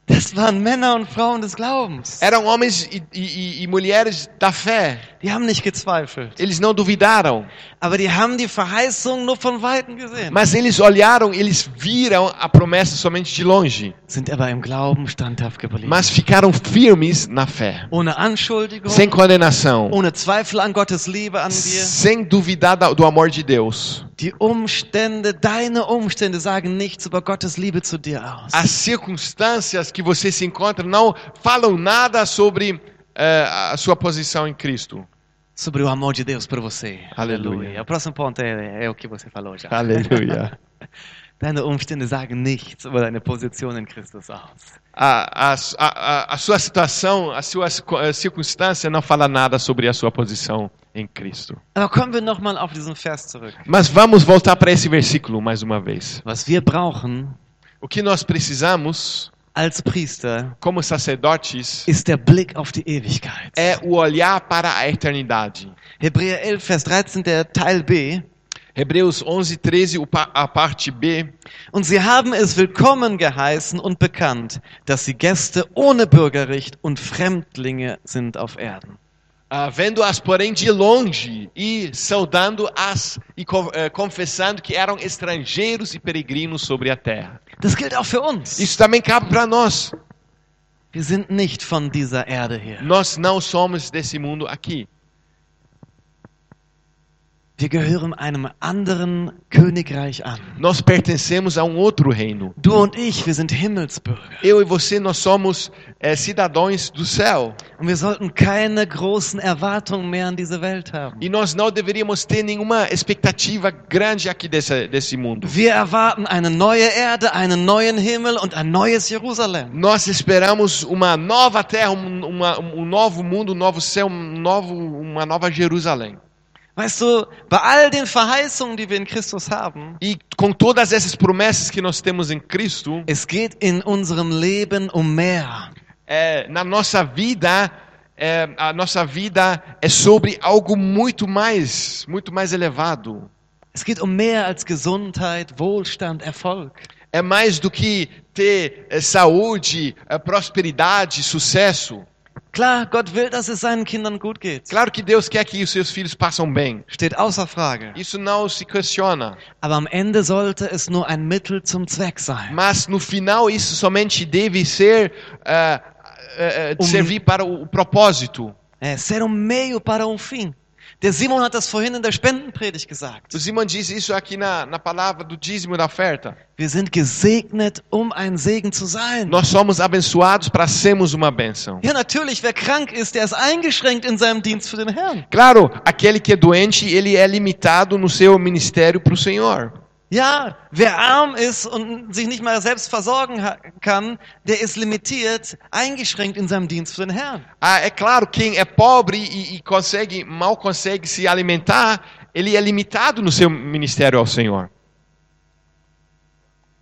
[SPEAKER 1] Das waren Männer und Frauen des Glaubens.
[SPEAKER 2] Eram homens e, e- e- e mulheres da fé,
[SPEAKER 1] Die haben nicht gezweifelt,
[SPEAKER 2] eles não duvidaram,
[SPEAKER 1] aber die haben die Verheißung nur von weitem gesehen,
[SPEAKER 2] mas eles olharam, eles viram a promessa somente de longe,
[SPEAKER 1] sind aber im Glauben standhaft geblieben.
[SPEAKER 2] mas ficaram firmes na fé,
[SPEAKER 1] Ohne Anschuldigung,
[SPEAKER 2] sem condenação.
[SPEAKER 1] ohne Zweifel an Gottes Liebe an dir.
[SPEAKER 2] sem duvidar da- do amor de Deus.
[SPEAKER 1] Die Umstände, deine Umstände sagen nichts über Gottes Liebe zu dir aus.
[SPEAKER 2] As circunstâncias que você se encontra não falam nada sobre eh, a sua posição em Cristo.
[SPEAKER 1] Sobre o amor de Deus por você.
[SPEAKER 2] Aleluia.
[SPEAKER 1] O próximo ponto é, é o que você falou já.
[SPEAKER 2] Aleluia.
[SPEAKER 1] *laughs* Deine Umstände sagen nichts über deine Position in Christus aus.
[SPEAKER 2] A, a, a, a sua situação, a sua circu- eh, circunstância não fala nada sobre a sua posição em Cristo.
[SPEAKER 1] Aber kommen wir nochmal auf diesen Vers zurück.
[SPEAKER 2] Mas vamos voltar para esse versículo mais uma vez.
[SPEAKER 1] Was wir brauchen
[SPEAKER 2] O que nós precisamos,
[SPEAKER 1] als Priester
[SPEAKER 2] como sacerdotes,
[SPEAKER 1] ist der Blick auf die Ewigkeit.
[SPEAKER 2] é o olhar para a eternidade.
[SPEAKER 1] Hebräer 11, Vers 13, der Teil B.
[SPEAKER 2] Hebreus 11, 13, o pa- a parte B,
[SPEAKER 1] Und sie haben es willkommen geheißen und bekannt, dass sie Gäste ohne Bürgerrecht und Fremdlinge sind auf Erden.
[SPEAKER 2] Ah, vendo-as, porém, de longe e saudando-as e co- eh, confessando que eram estrangeiros e peregrinos sobre a terra.
[SPEAKER 1] Das gilt auch für uns.
[SPEAKER 2] Isso também cabe para nós.
[SPEAKER 1] Wir sind nicht von dieser Erde hier.
[SPEAKER 2] Nós não somos desse mundo aqui.
[SPEAKER 1] Wir gehören einem anderen Königreich an.
[SPEAKER 2] Nós pertencemos a um outro reino.
[SPEAKER 1] Du und ich, wir sind Himmelsbürger.
[SPEAKER 2] Eu e você, nós somos eh, cidadãos do céu.
[SPEAKER 1] Und wir sollten keine großen Erwartungen mehr an diese Welt haben.
[SPEAKER 2] E nós não deveríamos ter nenhuma expectativa grande aqui desse, desse mundo.
[SPEAKER 1] Wir erwarten eine neue Erde, einen neuen Himmel und ein neues Jerusalem.
[SPEAKER 2] Nós esperamos uma nova terra, um, uma- um novo mundo, um novo céu, um novo, uma nova Jerusalém.
[SPEAKER 1] Weißt du, bei all den Verheißungen, die wir in Christus haben,
[SPEAKER 2] E com todas essas promessas que nós temos em Cristo,
[SPEAKER 1] es geht in unserem Leben um mehr.
[SPEAKER 2] é, na nossa vida, é, a nossa vida é sobre algo muito mais, muito mais elevado.
[SPEAKER 1] Es geht um mehr als Gesundheit, Wohlstand, Erfolg.
[SPEAKER 2] É mais do que ter é, saúde, é, prosperidade, sucesso.
[SPEAKER 1] Klar, Gott will, dass es seinen Kindern gut geht.
[SPEAKER 2] Claro que Deus quer que os seus filhos passem bem.
[SPEAKER 1] Steht außer Frage.
[SPEAKER 2] Isso não se questiona.
[SPEAKER 1] Aber am Ende sollte es nur ein Mittel zum Zweck sein.
[SPEAKER 2] Mas no final isso somente deve ser ah, ah, ah,
[SPEAKER 1] Um-
[SPEAKER 2] servir para o, o propósito.
[SPEAKER 1] É, ser um meio para um fim. Der Simon hat das vorhin in der Spendenpredigt gesagt.
[SPEAKER 2] Os irmãos dizem isso aqui na, na palavra do dízimo e da oferta.
[SPEAKER 1] Wir sind gesegnet, um ein Segen zu sein.
[SPEAKER 2] Nós somos abençoados para sermos uma bênção.
[SPEAKER 1] Ja, natürlich, wer krank ist, der ist eingeschränkt in seinem Dienst für den Herrn.
[SPEAKER 2] Claro, aquele que é doente, ele é limitado no seu ministério para o Senhor.
[SPEAKER 1] Ja, wer arm ist und sich nicht mal selbst versorgen ha- kann, der ist limitiert, eingeschränkt in seinem Dienst für den Herrn.
[SPEAKER 2] Ah, é claro, quem é pobre e, e consegue, mal consegue se alimentar, ele é limitado no seu ministério ao Senhor.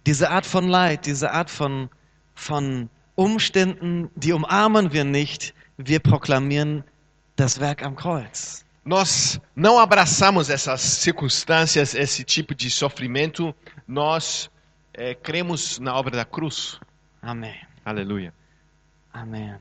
[SPEAKER 1] Diese Art von Leid, diese Art von, von Umständen, die umarmen wir nicht. Wir proklamieren das Werk am Kreuz.
[SPEAKER 2] Nós não abraçamos essas circunstâncias, esse tipo de sofrimento, nós eh, cremos na obra da cruz.
[SPEAKER 1] Amen.
[SPEAKER 2] Aleluia.
[SPEAKER 1] Amen.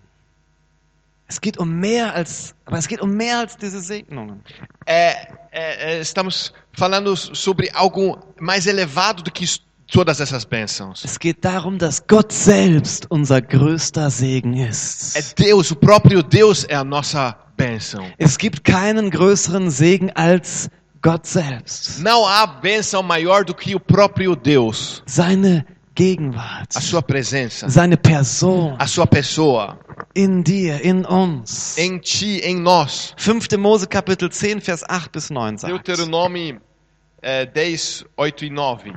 [SPEAKER 1] Es geht um mehr als, aber es geht um mehr als diese Segnungen.
[SPEAKER 2] É, é, é, estamos falando sobre algo mais elevado do que isso- todas essas bênçãos.
[SPEAKER 1] Es geht darum, dass Gott selbst unser größter Segen ist.
[SPEAKER 2] É Deus, o próprio Deus é a nossa bênção.
[SPEAKER 1] Es gibt keinen größeren Segen als Gott selbst.
[SPEAKER 2] Não há bênção maior do que o próprio Deus,
[SPEAKER 1] Seine
[SPEAKER 2] a
[SPEAKER 1] Gegenwart,
[SPEAKER 2] sua presença,
[SPEAKER 1] seine Person
[SPEAKER 2] a sua pessoa
[SPEAKER 1] in dir, in uns.
[SPEAKER 2] em ti, em nós.
[SPEAKER 1] 5. Mose Kapitel 10, Vers 8 bis 9 sagt.
[SPEAKER 2] Deuteronômio eh, 10, 8 e 9.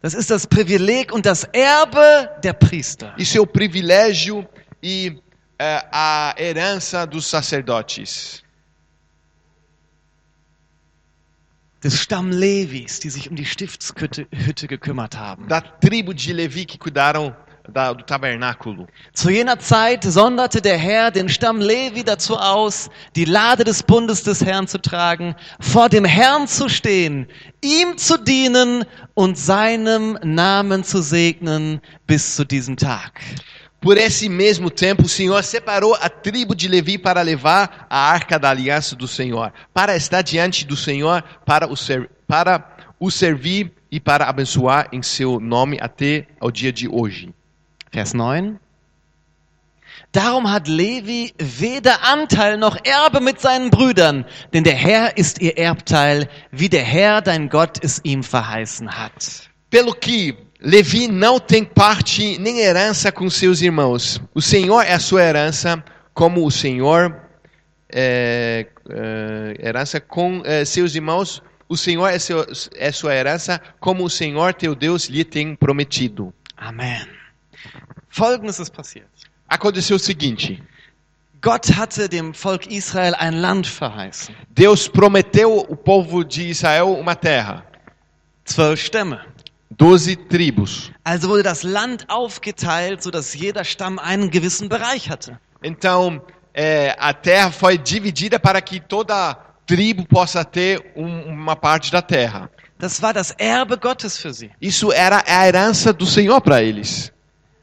[SPEAKER 1] Das ist das Privileg und das Erbe der Priester.
[SPEAKER 2] Isso é o privilégio e eh, a herança dos sacerdotes,
[SPEAKER 1] Des Stamm Levis, die sich um die Stiftshütte Hütte gekümmert haben.
[SPEAKER 2] da tribo de Levi que cuidaram da- do tabernáculo.
[SPEAKER 1] Zu jener Zeit sonderte der Herr den Stamm Levi dazu aus, die Lade des Bundes des Herrn zu tragen, vor dem Herrn zu stehen, ihm zu dienen und seinem Namen zu segnen bis zu diesem Tag.
[SPEAKER 2] Por esse mesmo tempo, o Senhor separou a tribo de Levi para levar a arca da aliança do Senhor, para estar diante do Senhor, para o, ser- para o servir e para abençoar em seu nome até ao dia de hoje.
[SPEAKER 1] Vers 9. Darum hat Levi weder Anteil noch Erbe mit seinen Brüdern, denn der Herr ist ihr Erbteil, wie der Herr dein Gott es ihm verheißen hat.
[SPEAKER 2] Pelo que Levi não tem parte nem herança com seus irmãos. O Senhor é a sua herança, como o Senhor é, é, herança com é, seus irmãos. O Senhor é, seu, é sua herança, como o Senhor teu Deus lhe tem prometido.
[SPEAKER 1] Amen. Folgendes ist passiert.
[SPEAKER 2] Aconteceu o seguinte:
[SPEAKER 1] Gott hatte dem Volk Israel ein Land verheißen.
[SPEAKER 2] Deus prometeu o povo de Israel uma terra,
[SPEAKER 1] Zwölf Stämme.
[SPEAKER 2] doze tribos.
[SPEAKER 1] Also wurde das Land aufgeteilt, sodass jeder Stamm einen gewissen Bereich hatte.
[SPEAKER 2] Então, é, a terra foi dividida para que toda tribo possa ter um- uma parte da terra.
[SPEAKER 1] Das war das Erbe Gottes für sie.
[SPEAKER 2] Isso era a herança do Senhor para eles.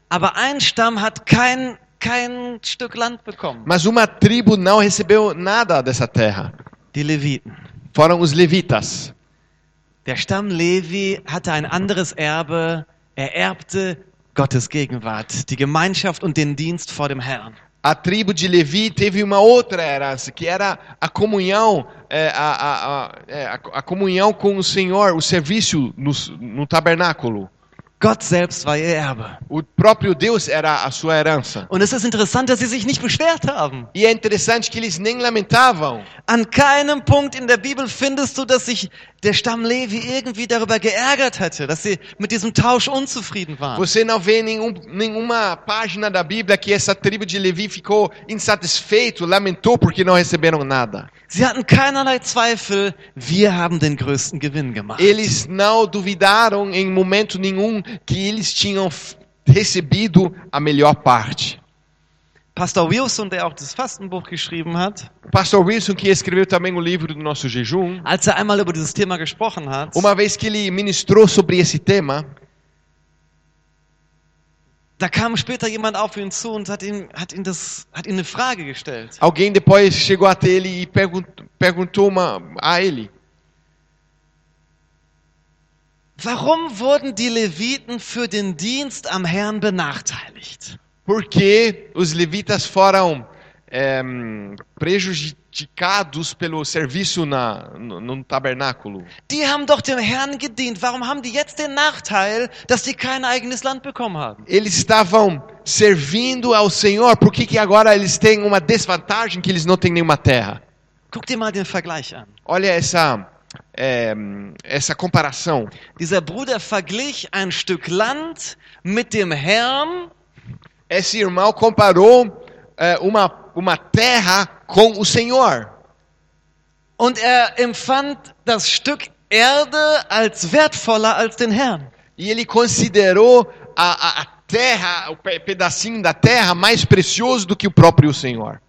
[SPEAKER 1] Aber ein Stamm hat kein, kein Stück Land bekommen.
[SPEAKER 2] Mas uma tribo não recebeu nada dessa terra.
[SPEAKER 1] Die Leviten.
[SPEAKER 2] Foram os levitas.
[SPEAKER 1] Der Stamm Levi hatte ein anderes Erbe. Er erbte Gottes Gegenwart, die Gemeinschaft und den Dienst vor dem Herrn.
[SPEAKER 2] A tribo de Levi teve uma outra herança, que era a comunhão, é, a, a- a- é, a- a comunhão com o Senhor, o serviço no, no tabernáculo.
[SPEAKER 1] Gott selbst war ihr Erbe.
[SPEAKER 2] O próprio Deus era a sua herança.
[SPEAKER 1] Und es ist interessant, dass sie sich nicht beschwert haben.
[SPEAKER 2] E é interessante que eles nem lamentavam.
[SPEAKER 1] An keinem Punkt in der Bibel findest du, dass sich der Stamm Levi irgendwie darüber geärgert hätte, dass sie mit diesem Tausch unzufrieden waren.
[SPEAKER 2] Você não vê nenhum, nenhuma página da Bíblia que essa tribo de Levi ficou insatisfeito, lamentou porque não receberam nada.
[SPEAKER 1] Sie hatten keinerlei Zweifel, wir haben den größten Gewinn gemacht.
[SPEAKER 2] Eles não duvidaram em momento nenhum que eles tinham f- recebido a melhor parte.
[SPEAKER 1] Pastor Wilson, der auch das Fastenbuch geschrieben hat,
[SPEAKER 2] O pastor Wilson, que escreveu também o livro do nosso jejum,
[SPEAKER 1] als er einmal über dieses Thema gesprochen
[SPEAKER 2] Um
[SPEAKER 1] hat,
[SPEAKER 2] uma vez que ele ministrou sobre esse tema,
[SPEAKER 1] Da kam später jemand auf ihn zu und hat ihm, hat ihm, das, hat ihm eine Frage gestellt.
[SPEAKER 2] Alguém depois chegou até ele e pergun- perguntou uma, a ele:
[SPEAKER 1] Warum wurden die Leviten für den Dienst am Herrn benachteiligt?
[SPEAKER 2] por que os levitas foram eh, prejudicados pelo serviço na, no, no tabernáculo?
[SPEAKER 1] Die haben doch dem Herrn gedient. Warum haben die jetzt den Nachteil, dass die kein eigenes Land bekommen haben?
[SPEAKER 2] Eles estavam servindo ao Senhor, por que, que agora eles têm uma desvantagem que eles não têm nenhuma terra?
[SPEAKER 1] Guck dir mal den Vergleich an.
[SPEAKER 2] Olha essa, eh, essa comparação.
[SPEAKER 1] Dieser Bruder verglich ein Stück Land mit dem Herrn
[SPEAKER 2] Esse irmão comparou eh, uma, uma terra com o Senhor.
[SPEAKER 1] und er empfand das Stück Erde als wertvoller als den Herrn.
[SPEAKER 2] E ele considerou a, a- a terra, o pe- pedacinho da terra, mais precioso do que o próprio Senhor.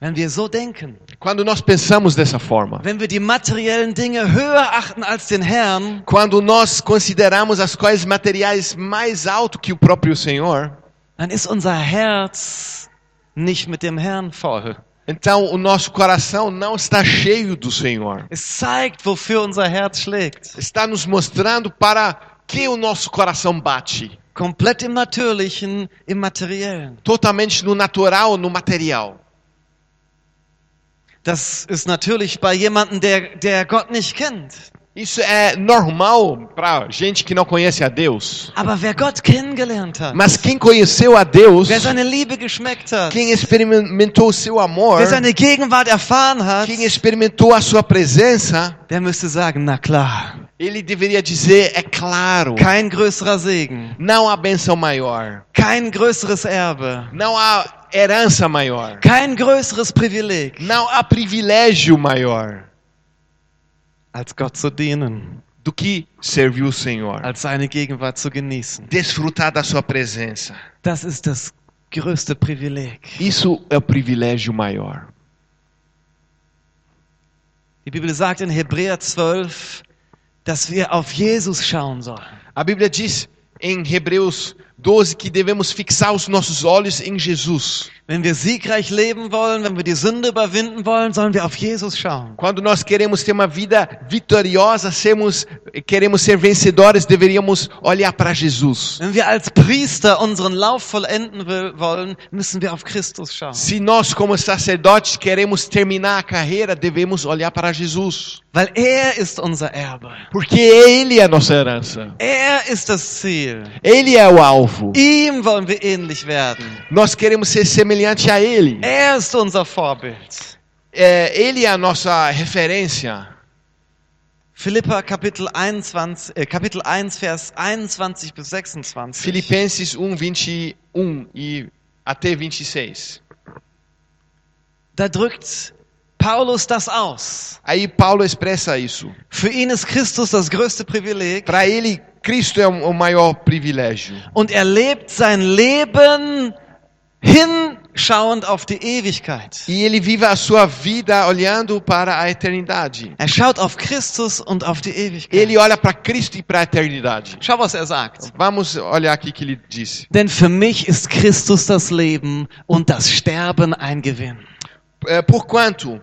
[SPEAKER 1] Wenn wir so denken,
[SPEAKER 2] Quando nós pensamos dessa forma,
[SPEAKER 1] wenn wir die materiellen Dinge höher achten als den Herrn,
[SPEAKER 2] quando nós consideramos as coisas materiais mais alto que o próprio Senhor,
[SPEAKER 1] dann ist unser Herz nicht mit dem Herrn voll.
[SPEAKER 2] então o nosso coração não está cheio do Senhor.
[SPEAKER 1] Es zeigt, wofür unser Herz schlägt.
[SPEAKER 2] Está nos mostrando para que o nosso coração bate.
[SPEAKER 1] Komplett im Natürlichen, im Materiellen.
[SPEAKER 2] Totalmente no natural, no material.
[SPEAKER 1] Das ist natürlich bei jemandem, der, der Gott nicht kennt.
[SPEAKER 2] Isso é normal para gente que não conhece a Deus.
[SPEAKER 1] Aber wer Gott kennengelernt hat,
[SPEAKER 2] Mas quem conheceu a Deus,
[SPEAKER 1] wer seine Liebe geschmeckt hat,
[SPEAKER 2] quem experimentou o seu amor,
[SPEAKER 1] wer seine Gegenwart erfahren hat,
[SPEAKER 2] quem experimentou a sua presença,
[SPEAKER 1] der müsste sagen, na klar,
[SPEAKER 2] ele deveria dizer: é claro,
[SPEAKER 1] kein größerer Segen,
[SPEAKER 2] não há bênção maior,
[SPEAKER 1] kein größeres Erbe,
[SPEAKER 2] não há herança maior,
[SPEAKER 1] kein größeres Privileg,
[SPEAKER 2] não há privilégio maior
[SPEAKER 1] als Gott zu dienen,
[SPEAKER 2] do que servir o Senhor,
[SPEAKER 1] als seine Gegenwart zu genießen.
[SPEAKER 2] desfrutar da sua presença.
[SPEAKER 1] Das ist das größte Privileg.
[SPEAKER 2] Isso é o privilégio maior.
[SPEAKER 1] Die Bibel sagt in Hebräer 12, dass wir auf Jesus schauen sollen.
[SPEAKER 2] A Bíblia diz em Hebreus 12 que devemos fixar os nossos olhos em Jesus.
[SPEAKER 1] Wenn wir siegreich leben wollen, wenn wir die Sünde überwinden wollen, sollen wir auf Jesus schauen.
[SPEAKER 2] Quando nós queremos ter uma vida vitoriosa, sermos, queremos ser vencedores, deveríamos olhar para Jesus.
[SPEAKER 1] Wenn wir als Priester unseren Lauf vollenden will, wollen, müssen wir auf Christus schauen.
[SPEAKER 2] Se nós, como sacerdotes, queremos terminar a carreira, devemos olhar para Jesus.
[SPEAKER 1] Weil er ist unser Erbe.
[SPEAKER 2] Porque Ele é a nossa herança.
[SPEAKER 1] Er ist das Ziel.
[SPEAKER 2] Ele é o alvo. E
[SPEAKER 1] Ihm wollen wir ähnlich werden.
[SPEAKER 2] nós queremos ser semelhante a Ele.
[SPEAKER 1] Er ist unser Vorbild.
[SPEAKER 2] É, ele é a nossa referência.
[SPEAKER 1] Philippa Kapitel 21, äh, Kapitel 1, Vers 21 bis 26.
[SPEAKER 2] Filipenses 1, 21 e até 26.
[SPEAKER 1] Da drückt Paulus das aus.
[SPEAKER 2] Aí Paulo expressa isso.
[SPEAKER 1] Für ihn ist Christus das größte Privileg.
[SPEAKER 2] Para ele, Cristo é o maior privilégio.
[SPEAKER 1] Und er lebt sein Leben hinschauend auf die Ewigkeit.
[SPEAKER 2] E ele vive a sua vida olhando para a eternidade.
[SPEAKER 1] Er schaut auf Christus und auf die Ewigkeit.
[SPEAKER 2] Ele olha para Cristo e para a eternidade.
[SPEAKER 1] Schau, was er sagt.
[SPEAKER 2] Vamos olhar aqui o que ele disse.
[SPEAKER 1] Denn für mich ist Christus das Leben und das Sterben ein Gewinn.
[SPEAKER 2] É, Porquanto,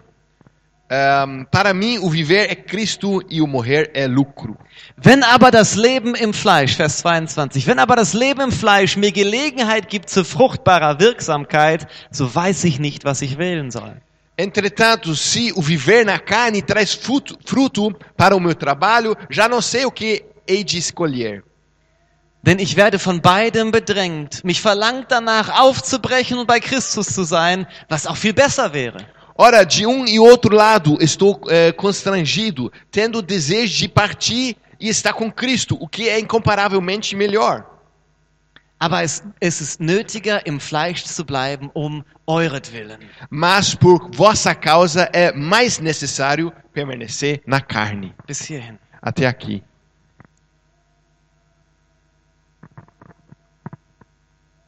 [SPEAKER 2] ehm, para mim o viver é Cristo e o morrer é lucro.
[SPEAKER 1] Wenn aber das Leben im Fleisch, Vers 22, wenn aber das Leben im Fleisch mir Gelegenheit gibt zu fruchtbarer Wirksamkeit, so weiß ich nicht, was ich wählen soll.
[SPEAKER 2] Entretanto, se o viver na carne traz fruto, fruto para o meu trabalho, já não sei o que hei de escolher.
[SPEAKER 1] Denn ich werde von beidem bedrängt. Mich verlangt danach aufzubrechen und bei Christus zu sein, was auch viel besser wäre.
[SPEAKER 2] Ora, de um e outro lado estou eh, constrangido, tendo o desejo de partir e estar com Cristo, o que é incomparavelmente melhor.
[SPEAKER 1] Aber es, es ist nötiger, im Fleisch zu bleiben, um euretwillen.
[SPEAKER 2] Mas por vossa causa é mais necessário permanecer na carne.
[SPEAKER 1] Bis hierhin.
[SPEAKER 2] Até aqui.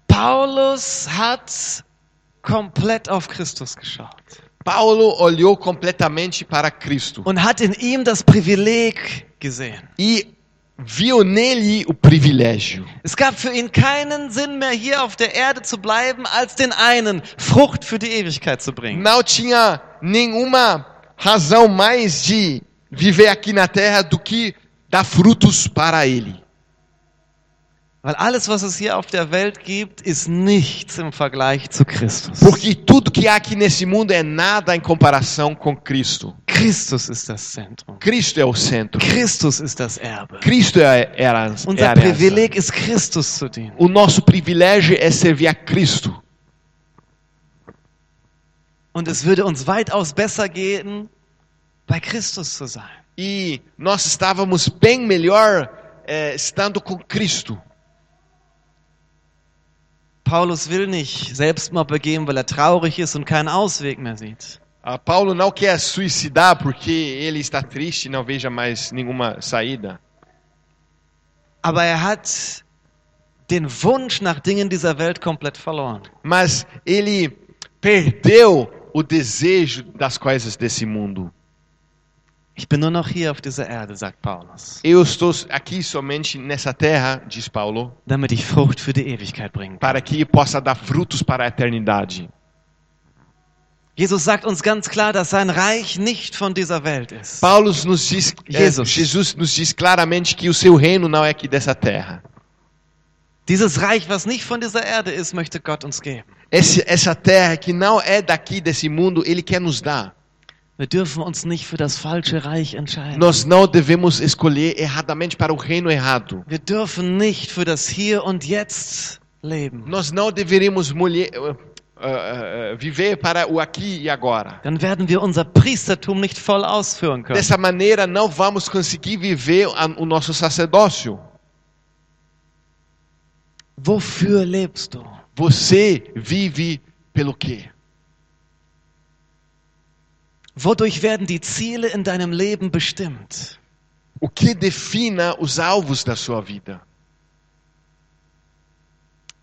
[SPEAKER 1] Paulus hat komplett auf Christus geschaut
[SPEAKER 2] Paulo olhou completamente para Cristo
[SPEAKER 1] und hat in ihm das Privileg gesehen.
[SPEAKER 2] e viu nele o privilégio.
[SPEAKER 1] Es gab für ihn keinen Sinn mehr, hier auf der Erde zu bleiben, als den einen, Frucht für die Ewigkeit zu bringen.
[SPEAKER 2] Não tinha nenhuma razão mais de viver aqui na terra do que dar frutos para ele.
[SPEAKER 1] Weil alles, was es hier auf der Welt gibt, ist nichts im Vergleich zu Christus.
[SPEAKER 2] Porque tudo que há aqui nesse mundo é nada em comparação com Cristo.
[SPEAKER 1] Christus ist das Zentrum.
[SPEAKER 2] Cristo é o centro.
[SPEAKER 1] Christus ist das Erbe.
[SPEAKER 2] Cristo é a, é a, herança- é a
[SPEAKER 1] Unser
[SPEAKER 2] herança.
[SPEAKER 1] Privileg ist, Christus zu dienen.
[SPEAKER 2] O nosso privilégio é servir a Cristo.
[SPEAKER 1] Und es würde uns weitaus besser gehen, bei Christus zu sein.
[SPEAKER 2] E nós estávamos bem melhor eh, estando com Cristo.
[SPEAKER 1] Paulus will nicht Selbstmord begehen, weil er traurig ist und keinen Ausweg mehr sieht.
[SPEAKER 2] Ah, Paulo não quer suicidar porque ele está triste e não veja mais nenhuma saída.
[SPEAKER 1] Aber er hat den Wunsch nach Dingen dieser Welt komplett verloren.
[SPEAKER 2] Mas ele perdeu o desejo das coisas desse mundo.
[SPEAKER 1] Ich bin nur noch hier auf dieser Erde, sagt Paulus,
[SPEAKER 2] Eu estou aqui somente nessa terra, diz Paulo,
[SPEAKER 1] damit ich Frucht für die Ewigkeit bringen kann.
[SPEAKER 2] para que possa dar frutos para a eternidade.
[SPEAKER 1] Jesus sagt uns ganz klar, dass sein Reich nicht von dieser Welt ist.
[SPEAKER 2] Paulo nos diz, eh,
[SPEAKER 1] Jesus.
[SPEAKER 2] Jesus nos diz claramente que o seu reino não é aqui dessa terra.
[SPEAKER 1] Dieses Reich, was nicht von dieser Erde ist, möchte Gott uns geben.
[SPEAKER 2] Esse, essa terra que não é daqui desse mundo, ele quer nos dar.
[SPEAKER 1] Wir dürfen uns nicht für das falsche Reich entscheiden.
[SPEAKER 2] Nós não devemos escolher erradamente para o reino errado.
[SPEAKER 1] Wir dürfen nicht für das Hier und Jetzt leben.
[SPEAKER 2] Nós não deveríamos mulher, eh, eh, eh, viver para o aqui e agora.
[SPEAKER 1] Dann werden wir unser Priestertum nicht voll ausführen können.
[SPEAKER 2] Dessa maneira, não vamos conseguir viver a- o nosso sacerdócio.
[SPEAKER 1] Wofür lebst du?
[SPEAKER 2] Você vive pelo quê?
[SPEAKER 1] Wodurch werden die Ziele in deinem Leben bestimmt?
[SPEAKER 2] O que defina os alvos da sua vida?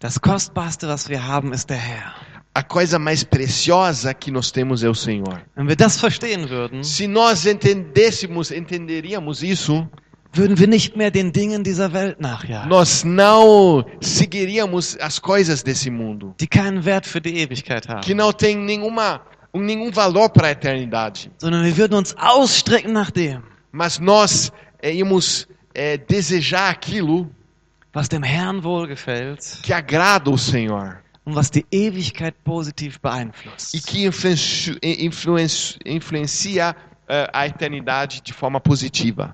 [SPEAKER 1] Das Kostbarste, was wir haben, ist der Herr.
[SPEAKER 2] A coisa mais preciosa que nós temos é o Senhor.
[SPEAKER 1] Wenn wir das verstehen würden,
[SPEAKER 2] Se nós entendêssemos, entenderíamos isso,
[SPEAKER 1] würden wir nicht mehr den Dingen dieser Welt nachjagen,
[SPEAKER 2] nós não seguiríamos as coisas desse mundo,
[SPEAKER 1] die keinen Wert für die Ewigkeit
[SPEAKER 2] que
[SPEAKER 1] haben,
[SPEAKER 2] não tem nenhuma, nenhum valor para a eternidade.
[SPEAKER 1] sondern wir würden uns ausstrecken nach dem,
[SPEAKER 2] Mas nós eh, íamos eh, desejar aquilo
[SPEAKER 1] was dem Herrn wohlgefällt
[SPEAKER 2] que agrada o Senhor
[SPEAKER 1] und was die Ewigkeit positiv
[SPEAKER 2] e
[SPEAKER 1] beeinflusst.
[SPEAKER 2] que influenci- eh, influenci- influencia eh, a eternidade de forma positiva.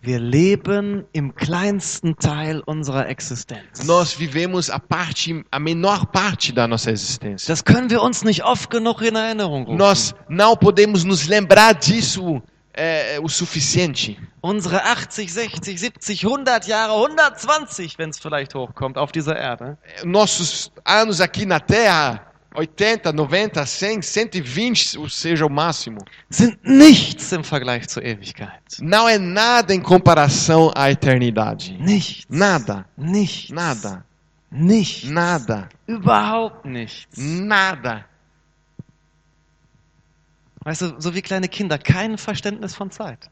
[SPEAKER 1] Wir leben im kleinsten Teil unserer Existenz.
[SPEAKER 2] Nós vivemos a parte, a menor parte da nossa existência.
[SPEAKER 1] Das können wir uns nicht oft genug in Erinnerung rufen.
[SPEAKER 2] Nós não podemos nos lembrar disso eh, o suficiente.
[SPEAKER 1] Unsere 80, 60, 70, 100 Jahre, 120, wenn es vielleicht hochkommt, auf dieser Erde,
[SPEAKER 2] Nossos anos aqui na Terra, 80, 90, 100, 120, ou seja, o máximo,
[SPEAKER 1] sind nichts im Vergleich zur Ewigkeit.
[SPEAKER 2] não é nada em comparação à eternidade.
[SPEAKER 1] Nichts.
[SPEAKER 2] Nada,
[SPEAKER 1] Nichts.
[SPEAKER 2] nada,
[SPEAKER 1] Nichts.
[SPEAKER 2] nada,
[SPEAKER 1] Überhaupt nichts.
[SPEAKER 2] nada.
[SPEAKER 1] Weißt du, so wie kleine Kinder, kein Verständnis von Zeit.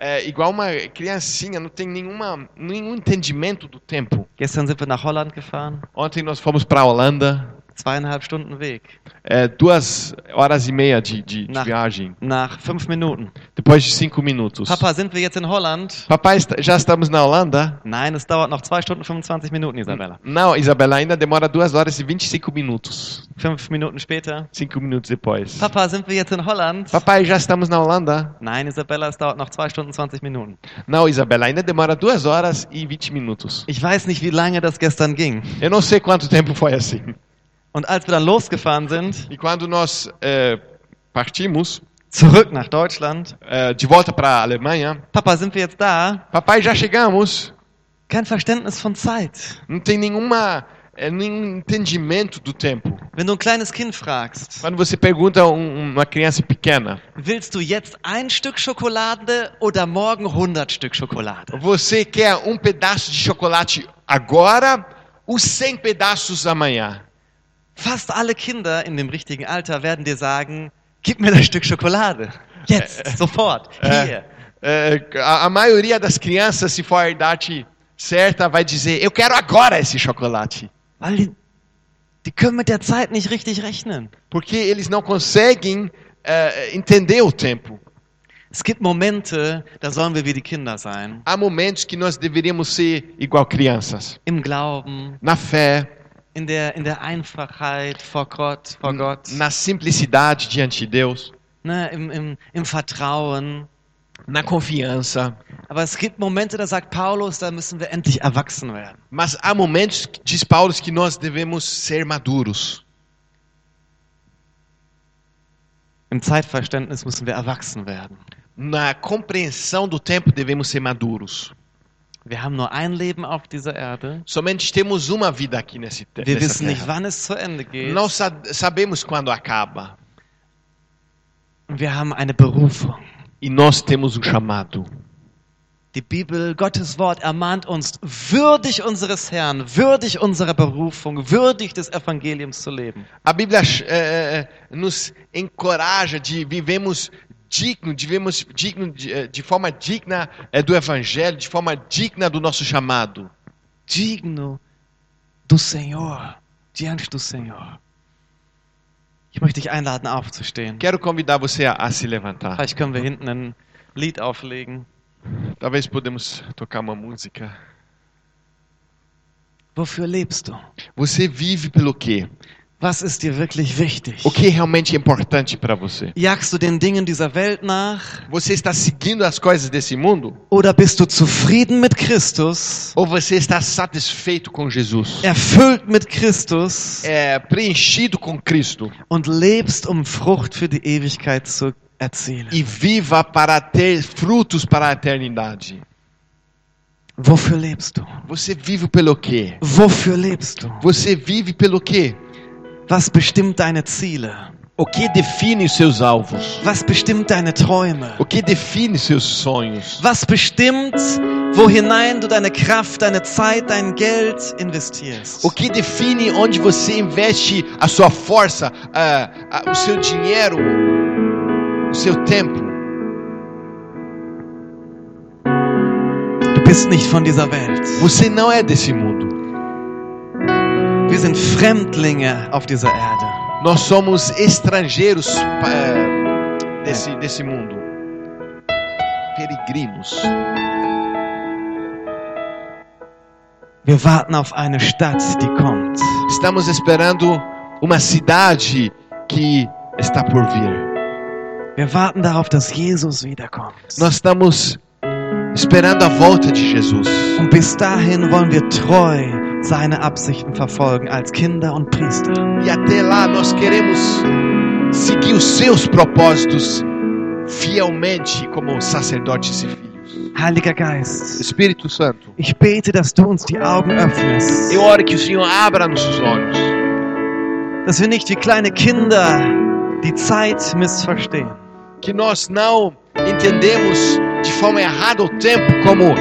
[SPEAKER 2] É igual uma criancinha, não tem nenhuma, nenhum entendimento do tempo.
[SPEAKER 1] Gestern sind wir nach Holland gefahren,
[SPEAKER 2] Ontem nós fomos para a Holanda,
[SPEAKER 1] zweieinhalb Stunden Weg,
[SPEAKER 2] é, duas horas e meia de, de- de
[SPEAKER 1] Na-
[SPEAKER 2] viagem,
[SPEAKER 1] nach fünf Minuten.
[SPEAKER 2] depois de cinco minutos.
[SPEAKER 1] Papa, sind wir jetzt in Holland?
[SPEAKER 2] Papai, está- já estamos na Holanda?
[SPEAKER 1] Nein, es dauert noch zwei Stunden 25 Minuten, Isabella.
[SPEAKER 2] Não, Isabela, ainda demora duas horas e 25 minutos.
[SPEAKER 1] Fünf Minuten später.
[SPEAKER 2] Cinco minutos depois.
[SPEAKER 1] Papa, sind wir jetzt in Holland?
[SPEAKER 2] Papai, já estamos na Holanda?
[SPEAKER 1] Nein, Isabella, es dauert noch zwei Stunden 20 Minuten.
[SPEAKER 2] Não, Isabela, ainda demora duas horas e 20 minutos.
[SPEAKER 1] Ich weiß nicht, wie lange das gestern ging.
[SPEAKER 2] Eu não sei quanto tempo foi assim.
[SPEAKER 1] Und als wir dann losgefahren sind,
[SPEAKER 2] E quando nós é, partimos,
[SPEAKER 1] zurück nach Deutschland,
[SPEAKER 2] é, de volta para a Alemanha,
[SPEAKER 1] Papa, sind wir jetzt da?
[SPEAKER 2] papai, já chegamos.
[SPEAKER 1] Kein Verständnis von Zeit.
[SPEAKER 2] Não tem nenhuma, é, nenhum entendimento do tempo.
[SPEAKER 1] Wenn du ein kleines Kind fragst,
[SPEAKER 2] Quando você pergunta a um- uma criança pequena,
[SPEAKER 1] willst du jetzt ein Stück Schokolade oder morgen 100 Stück Schokolade?
[SPEAKER 2] Você quer um pedaço de chocolate agora ou 100 pedaços amanhã?
[SPEAKER 1] Fast alle Kinder in dem richtigen Alter werden dir sagen, gib mir das Stück Schokolade. Jetzt, sofort,
[SPEAKER 2] Äh,
[SPEAKER 1] hier.
[SPEAKER 2] É, a, a maioria das crianças, se for a idade certa, vai dizer: Eu quero agora esse chocolate.
[SPEAKER 1] Weil die, die können mit der Zeit nicht richtig rechnen.
[SPEAKER 2] Porque eles não conseguem é, entender o tempo.
[SPEAKER 1] Es gibt Momente, da sollen wir wie die Kinder sein.
[SPEAKER 2] Há momentos que nós deveríamos ser igual crianças.
[SPEAKER 1] Im Glauben,
[SPEAKER 2] Na fé,
[SPEAKER 1] in der, in der Einfachheit vor Gott, vor Gott,
[SPEAKER 2] na simplicidade diante de Deus,
[SPEAKER 1] ne, im, im, im Vertrauen.
[SPEAKER 2] na confiança.
[SPEAKER 1] Aber es gibt Momente, da sagt Paulus, da müssen wir endlich erwachsen werden.
[SPEAKER 2] Mas há momentos, diz Paulo, que nós devemos ser maduros.
[SPEAKER 1] Im Zeitverständnis müssen wir erwachsen werden.
[SPEAKER 2] Na compreensão do tempo, devemos ser maduros.
[SPEAKER 1] Wir haben nur ein Leben auf dieser Erde.
[SPEAKER 2] Somente temos uma vida aqui nesse te-
[SPEAKER 1] Wir
[SPEAKER 2] nessa
[SPEAKER 1] wissen
[SPEAKER 2] terra.
[SPEAKER 1] nicht, wann es zu Ende geht.
[SPEAKER 2] Não sa- sabemos quando acaba.
[SPEAKER 1] Und wir haben eine Berufung.
[SPEAKER 2] E nós temos um chamado.
[SPEAKER 1] Die Bibel, Gottes Wort ermahnt uns, würdig unseres Herrn, würdig unserer Berufung, würdig des Evangeliums zu leben.
[SPEAKER 2] A Bíblia eh, eh, nos encoraja de vivemos digno, de vivemos digno de, eh, de forma digna eh, do Evangelho, de forma digna do nosso chamado.
[SPEAKER 1] Digno do Senhor, diante do Senhor. Ich möchte dich einladen, aufzustehen.
[SPEAKER 2] Quero convidar você a, a se levantar.
[SPEAKER 1] Vielleicht können wir hinten ein Lied auflegen.
[SPEAKER 2] Talvez podemos tocar uma música.
[SPEAKER 1] Wofür lebst du?
[SPEAKER 2] Você vive pelo quê?
[SPEAKER 1] Was ist dir wirklich wichtig?
[SPEAKER 2] O que realmente é importante para você?
[SPEAKER 1] Jagst du den Dingen dieser Welt nach?
[SPEAKER 2] Você está seguindo as coisas desse mundo
[SPEAKER 1] Oder bist du zufrieden mit Christus?
[SPEAKER 2] ou você está satisfeito com Jesus?
[SPEAKER 1] Erfüllt mit Christus?
[SPEAKER 2] É preenchido com Cristo
[SPEAKER 1] und lebst, um Frucht für die Ewigkeit zu erzielen.
[SPEAKER 2] e viva para ter frutos para a eternidade.
[SPEAKER 1] Wofür lebst du?
[SPEAKER 2] Você vive pelo quê?
[SPEAKER 1] Wofür lebst du?
[SPEAKER 2] Você vive pelo quê?
[SPEAKER 1] Was bestimmt deine Ziele?
[SPEAKER 2] O que define os seus alvos?
[SPEAKER 1] Was bestimmt deine Träume?
[SPEAKER 2] O que define os seus sonhos?
[SPEAKER 1] Was bestimmt, wo hinein du deine Kraft, deine Zeit, dein Geld investierst?
[SPEAKER 2] O que define onde você investe a sua força, ah, ah, o seu dinheiro, o seu tempo?
[SPEAKER 1] Du bist nicht von dieser Welt.
[SPEAKER 2] Você não é desse mundo.
[SPEAKER 1] Wir sind Fremdlinge auf dieser Erde.
[SPEAKER 2] Nós somos estrangeiros ah, desse, desse mundo. Peregrinos.
[SPEAKER 1] Wir warten auf eine Stadt, die kommt.
[SPEAKER 2] Estamos esperando uma cidade que está por vir.
[SPEAKER 1] Wir warten darauf, dass Jesus wiederkommt.
[SPEAKER 2] Nós estamos esperando a volta de Jesus.
[SPEAKER 1] Und bis dahin wollen wir treu seine Absichten verfolgen als Kinder und Priester.
[SPEAKER 2] E até lá nós queremos seguir os seus propósitos fielmente como sacerdotes e filhos.
[SPEAKER 1] Heiliger Geist,
[SPEAKER 2] Espírito Santo,
[SPEAKER 1] ich bete, dass du uns die Augen öffnest,
[SPEAKER 2] eu oro que o Senhor abra nossos olhos,
[SPEAKER 1] dass wir nicht wie kleine Kinder die Zeit missverstehen.
[SPEAKER 2] que nós não entendemos de forma errada o tempo como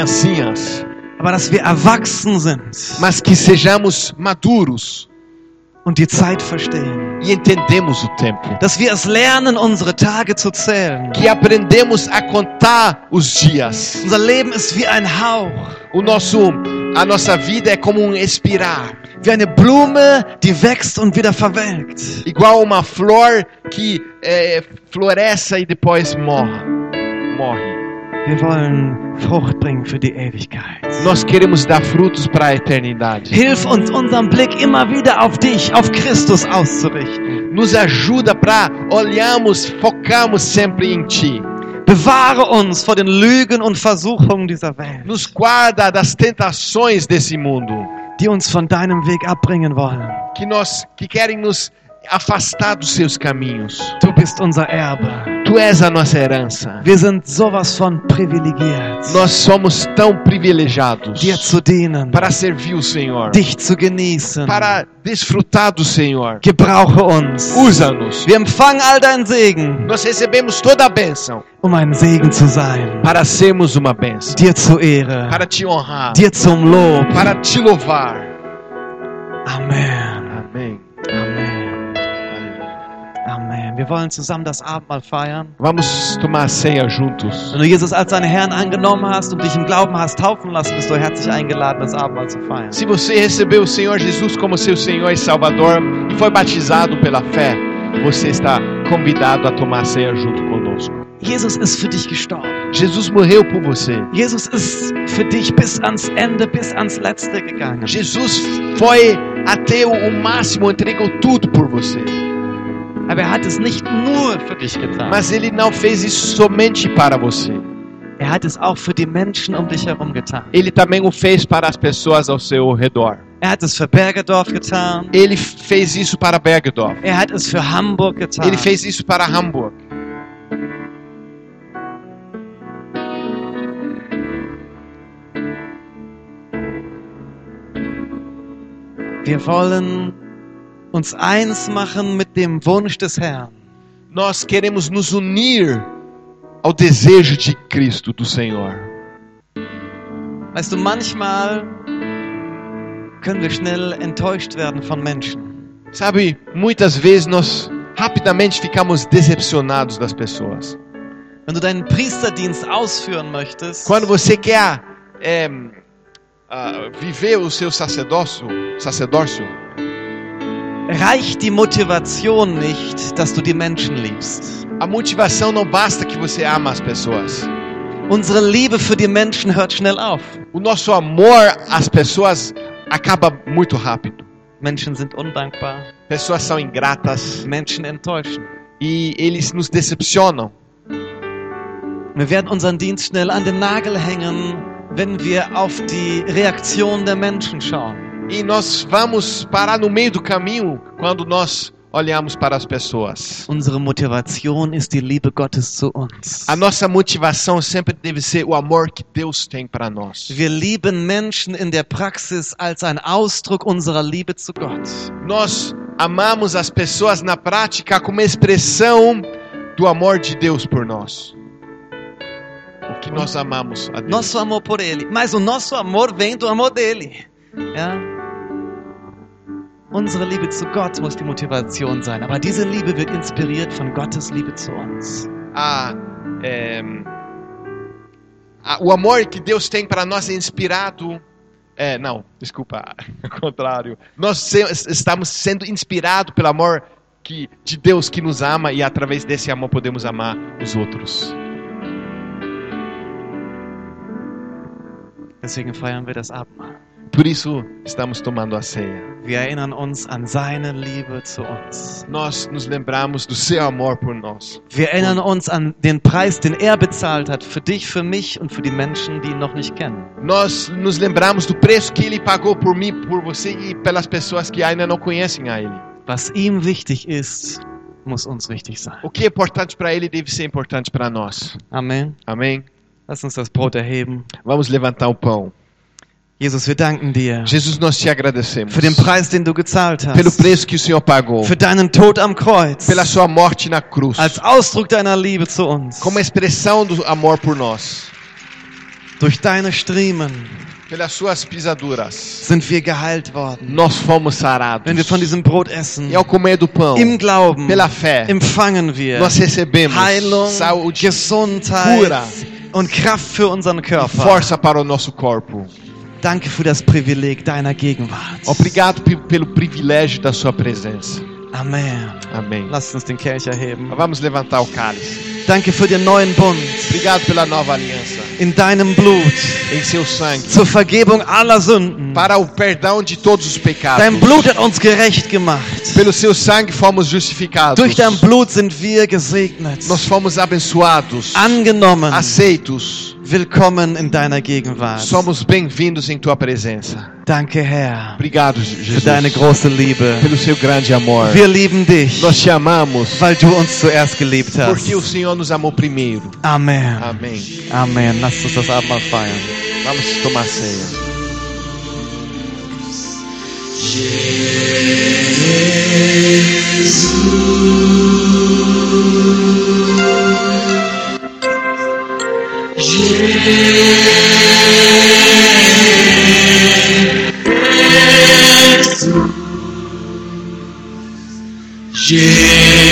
[SPEAKER 2] criancinhas,
[SPEAKER 1] Aber dass wir erwachsen sind
[SPEAKER 2] mas que sejamos maduros
[SPEAKER 1] und die Zeit verstehen.
[SPEAKER 2] e entendemos o tempo,
[SPEAKER 1] Dass wir es lernen, unsere Tage zu zählen.
[SPEAKER 2] que aprendemos a contar os dias.
[SPEAKER 1] Unser Leben ist wie ein Hauch,
[SPEAKER 2] O nosso, a nossa vida é como um expirar,
[SPEAKER 1] wie eine Blume, die wächst und wieder verwelkt.
[SPEAKER 2] igual uma flor que é, floresce e depois morre. Morre.
[SPEAKER 1] Wir wollen Frucht bringen für die Ewigkeit.
[SPEAKER 2] Nós queremos dar frutos para a eternidade.
[SPEAKER 1] Hilf uns, unseren Blick immer wieder auf dich, auf Christus auszurichten.
[SPEAKER 2] Nos ajuda para olharmos, focarmos sempre em Ti.
[SPEAKER 1] Bewahre uns vor den Lügen und Versuchungen dieser Welt,
[SPEAKER 2] Nos guarda das tentações desse mundo
[SPEAKER 1] die uns von deinem Weg abbringen wollen.
[SPEAKER 2] que nós que querem nos afastar dos seus caminhos.
[SPEAKER 1] Du bist unser Erbe.
[SPEAKER 2] Tu és a nossa herança.
[SPEAKER 1] Wir sind sowas von privilegiert,
[SPEAKER 2] Nós somos tão privilegiados
[SPEAKER 1] dir zu dienen,
[SPEAKER 2] para servir o Senhor.
[SPEAKER 1] dich zu genießen.
[SPEAKER 2] para desfrutar do Senhor.
[SPEAKER 1] Gebrauche uns.
[SPEAKER 2] Usa-nos.
[SPEAKER 1] Wir empfangen all deinen Segen,
[SPEAKER 2] Nós recebemos toda a bênção
[SPEAKER 1] um ein Segen zu sein.
[SPEAKER 2] para sermos uma bênção,
[SPEAKER 1] Dir zur Ehre,
[SPEAKER 2] para te honrar,
[SPEAKER 1] dir zum Lob.
[SPEAKER 2] para te louvar.
[SPEAKER 1] Amen.
[SPEAKER 2] Amém.
[SPEAKER 1] Amen. Amen. Wir wollen zusammen das Abendmahl feiern.
[SPEAKER 2] Vamos tomar a ceia juntos.
[SPEAKER 1] Wenn du Jesus als deinen Herrn angenommen hast und dich im Glauben hast taufen lassen, bist du herzlich eingeladen, das Abendmahl zu feiern.
[SPEAKER 2] Se você recebeu o Senhor Jesus como seu Senhor e Salvador e foi batizado pela fé, você está convidado a tomar a ceia junto conosco.
[SPEAKER 1] Jesus ist für dich gestorben.
[SPEAKER 2] Jesus morreu por você.
[SPEAKER 1] Jesus ist für dich bis ans Ende, bis ans Letzte gegangen.
[SPEAKER 2] Jesus foi até o o máximo, entregou tudo por você.
[SPEAKER 1] Aber er hat es nicht nur für dich getan.
[SPEAKER 2] Mas ele não fez isso somente para você.
[SPEAKER 1] Er hat es auch für die Menschen um dich herum getan.
[SPEAKER 2] Ele também o fez para as pessoas ao seu redor.
[SPEAKER 1] Er hat es für Bergedorf getan.
[SPEAKER 2] Ele fez isso para Bergdorf.
[SPEAKER 1] Er hat es für Hamburg getan.
[SPEAKER 2] Ele fez isso para Hamburg.
[SPEAKER 1] Wir wollen uns eins machen mit dem Wunsch des Herrn.
[SPEAKER 2] Nós queremos nos unir ao desejo de Cristo, do Senhor.
[SPEAKER 1] Weißt du, manchmal können wir schnell enttäuscht werden von Menschen.
[SPEAKER 2] Sabe, muitas vezes nós rapidamente ficamos decepcionados das pessoas.
[SPEAKER 1] Wenn du deinen Priesterdienst ausführen möchtest,
[SPEAKER 2] Quando você quer é, ah, viver o seu sacerdócio, sacerdócio,
[SPEAKER 1] reicht die Motivation nicht, dass du die Menschen liebst.
[SPEAKER 2] a motivação não basta que você ama as pessoas.
[SPEAKER 1] Unsere Liebe für die Menschen hört schnell auf.
[SPEAKER 2] O nosso amor às pessoas acaba muito rápido.
[SPEAKER 1] Menschen sind undankbar,
[SPEAKER 2] Pessoas são ingratas
[SPEAKER 1] Menschen enttäuschen.
[SPEAKER 2] e eles nos decepcionam.
[SPEAKER 1] Wir werden unseren Dienst schnell an den Nagel hängen, wenn wir auf die Reaktion der Menschen schauen.
[SPEAKER 2] E nós vamos parar no meio do caminho quando nós olhamos para as pessoas.
[SPEAKER 1] Unsere Motivation ist die Liebe Gottes zu uns.
[SPEAKER 2] A nossa motivação sempre deve ser o amor que Deus tem para nós.
[SPEAKER 1] Wir lieben Menschen in der Praxis als ein Ausdruck unserer Liebe zu Gott.
[SPEAKER 2] Nós amamos as pessoas na prática como expressão do amor de Deus por nós. O que nós amamos a Deus.
[SPEAKER 1] Nosso amor por Ele. Mas o nosso amor vem do amor dele. Ja? Unsere Liebe zu Gott muss die Motivation sein. Aber diese Liebe wird inspiriert von Gottes Liebe zu uns.
[SPEAKER 2] A, é, a- o amor que Deus tem para nós é inspirado. É, não, desculpa, *laughs* ao contrário. Nós se- estamos sendo inspirados pelo amor que, de Deus que nos ama e através desse amor podemos amar os outros.
[SPEAKER 1] Deswegen feiern wir das Abendmahl.
[SPEAKER 2] Por isso estamos tomando a ceia.
[SPEAKER 1] Wir erinnern uns an seine Liebe zu uns.
[SPEAKER 2] Nós nos lembramos do seu amor por nós.
[SPEAKER 1] Wir erinnern uns an den Preis, den er bezahlt hat. Für dich, für mich und für die Menschen, die ihn noch nicht kennen.
[SPEAKER 2] Nós nos lembramos do preço que ele pagou por mim, por você e pelas pessoas que ainda não conhecem a ele.
[SPEAKER 1] Was ihm wichtig ist, muss uns wichtig sein.
[SPEAKER 2] O que é importante para ele deve ser importante para nós.
[SPEAKER 1] Amen.
[SPEAKER 2] Amém?
[SPEAKER 1] Lass uns das Brot erheben.
[SPEAKER 2] Vamos levantar o pão.
[SPEAKER 1] Jesus, wir danken dir
[SPEAKER 2] Jesus, nós te agradecemos
[SPEAKER 1] für den Preis, den du gezahlt
[SPEAKER 2] pelo
[SPEAKER 1] hast.
[SPEAKER 2] preço que o Senhor pagou,
[SPEAKER 1] Für deinen Tod am
[SPEAKER 2] pela
[SPEAKER 1] Kreuz.
[SPEAKER 2] sua morte na cruz,
[SPEAKER 1] Als Ausdruck deiner Liebe zu uns.
[SPEAKER 2] como expressão do amor por nós.
[SPEAKER 1] Durch deine Striemen
[SPEAKER 2] Pelas suas pisaduras,
[SPEAKER 1] sind wir geheilt worden.
[SPEAKER 2] nós fomos sarados.
[SPEAKER 1] Wenn wir von diesem Brot essen,
[SPEAKER 2] E ao comer do pão,
[SPEAKER 1] im Glauben
[SPEAKER 2] pela fé,
[SPEAKER 1] empfangen wir
[SPEAKER 2] nós recebemos
[SPEAKER 1] Heilung,
[SPEAKER 2] saúde, Cura.
[SPEAKER 1] Gesundheit und Kraft für unseren Körper.
[SPEAKER 2] força para o nosso corpo.
[SPEAKER 1] Danke für das Privileg deiner Gegenwart.
[SPEAKER 2] Obrigado pe- pelo privilégio da sua presença.
[SPEAKER 1] Amen.
[SPEAKER 2] Amém.
[SPEAKER 1] Lasst uns den Kelch erheben.
[SPEAKER 2] Vamos levantar o cálice.
[SPEAKER 1] Danke für den neuen Bund
[SPEAKER 2] Obrigado pela nova aliança
[SPEAKER 1] in deinem Blut
[SPEAKER 2] em seu sangue
[SPEAKER 1] zur Vergebung aller Sünden.
[SPEAKER 2] para o perdão de todos os pecados.
[SPEAKER 1] Dein Blut hat uns gerecht gemacht.
[SPEAKER 2] Pelo seu sangue fomos justificados.
[SPEAKER 1] Durch dein Blut sind wir gesegnet,
[SPEAKER 2] Nós fomos abençoados,
[SPEAKER 1] angenommen,
[SPEAKER 2] aceitos.
[SPEAKER 1] willkommen in deiner Gegenwart.
[SPEAKER 2] Somos bem-vindos em tua presença.
[SPEAKER 1] Danke, Herr,
[SPEAKER 2] Obrigado,
[SPEAKER 1] für
[SPEAKER 2] Jesus,
[SPEAKER 1] deine große Liebe.
[SPEAKER 2] pelo seu grande amor.
[SPEAKER 1] Wir lieben dich,
[SPEAKER 2] Nós te amamos
[SPEAKER 1] weil du uns zuerst geliebt hast.
[SPEAKER 2] porque o Senhor nos amou primeiro.
[SPEAKER 1] Amen.
[SPEAKER 2] Amém.
[SPEAKER 1] Amen. Lasst uns das Abendmahl feiern.
[SPEAKER 2] Vamos tomar ceia.
[SPEAKER 3] Jesus,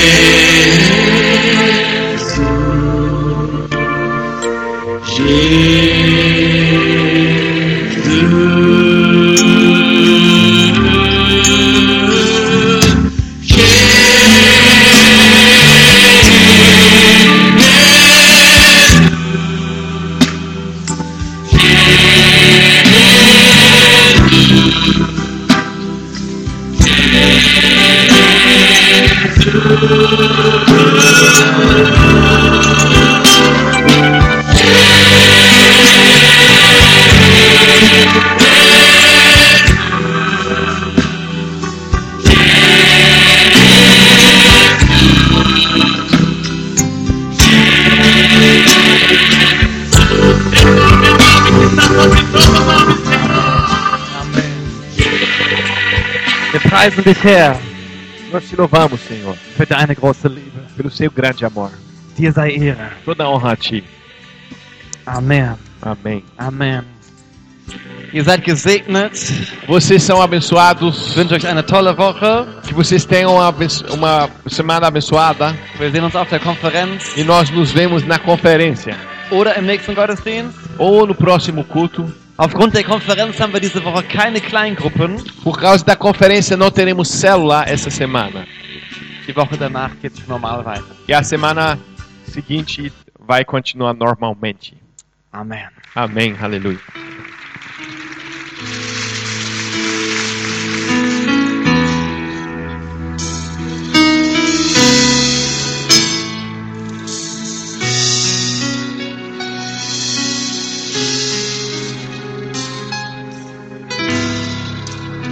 [SPEAKER 3] Wir preisen dich, Herr,
[SPEAKER 2] Nós te louvamos, Senhor,
[SPEAKER 3] für deine große Liebe.
[SPEAKER 2] pelo seu grande amor.
[SPEAKER 3] Dir sei Ehre.
[SPEAKER 2] Toda honra a ti.
[SPEAKER 3] Amen.
[SPEAKER 2] Amém.
[SPEAKER 3] Amen.
[SPEAKER 1] Ihr seid gesegnet.
[SPEAKER 2] Vocês são abençoados.
[SPEAKER 1] Ich wünsche euch eine tolle Woche.
[SPEAKER 2] Que vocês tenham uma abenço- uma semana abençoada.
[SPEAKER 1] Wir sehen uns auf der Konferenz
[SPEAKER 2] E nós nos vemos na conferência.
[SPEAKER 1] oder im nächsten Gottesdienst.
[SPEAKER 2] Ou no próximo culto.
[SPEAKER 1] Aufgrund der Konferenz haben wir diese Woche keine Kleingruppen.
[SPEAKER 2] Por causa da conferência, não teremos célula essa semana.
[SPEAKER 1] Die Woche danach geht es normal weiter.
[SPEAKER 2] E a semana seguinte vai continuar normalmente.
[SPEAKER 1] Amen.
[SPEAKER 2] Amém. Aleluia.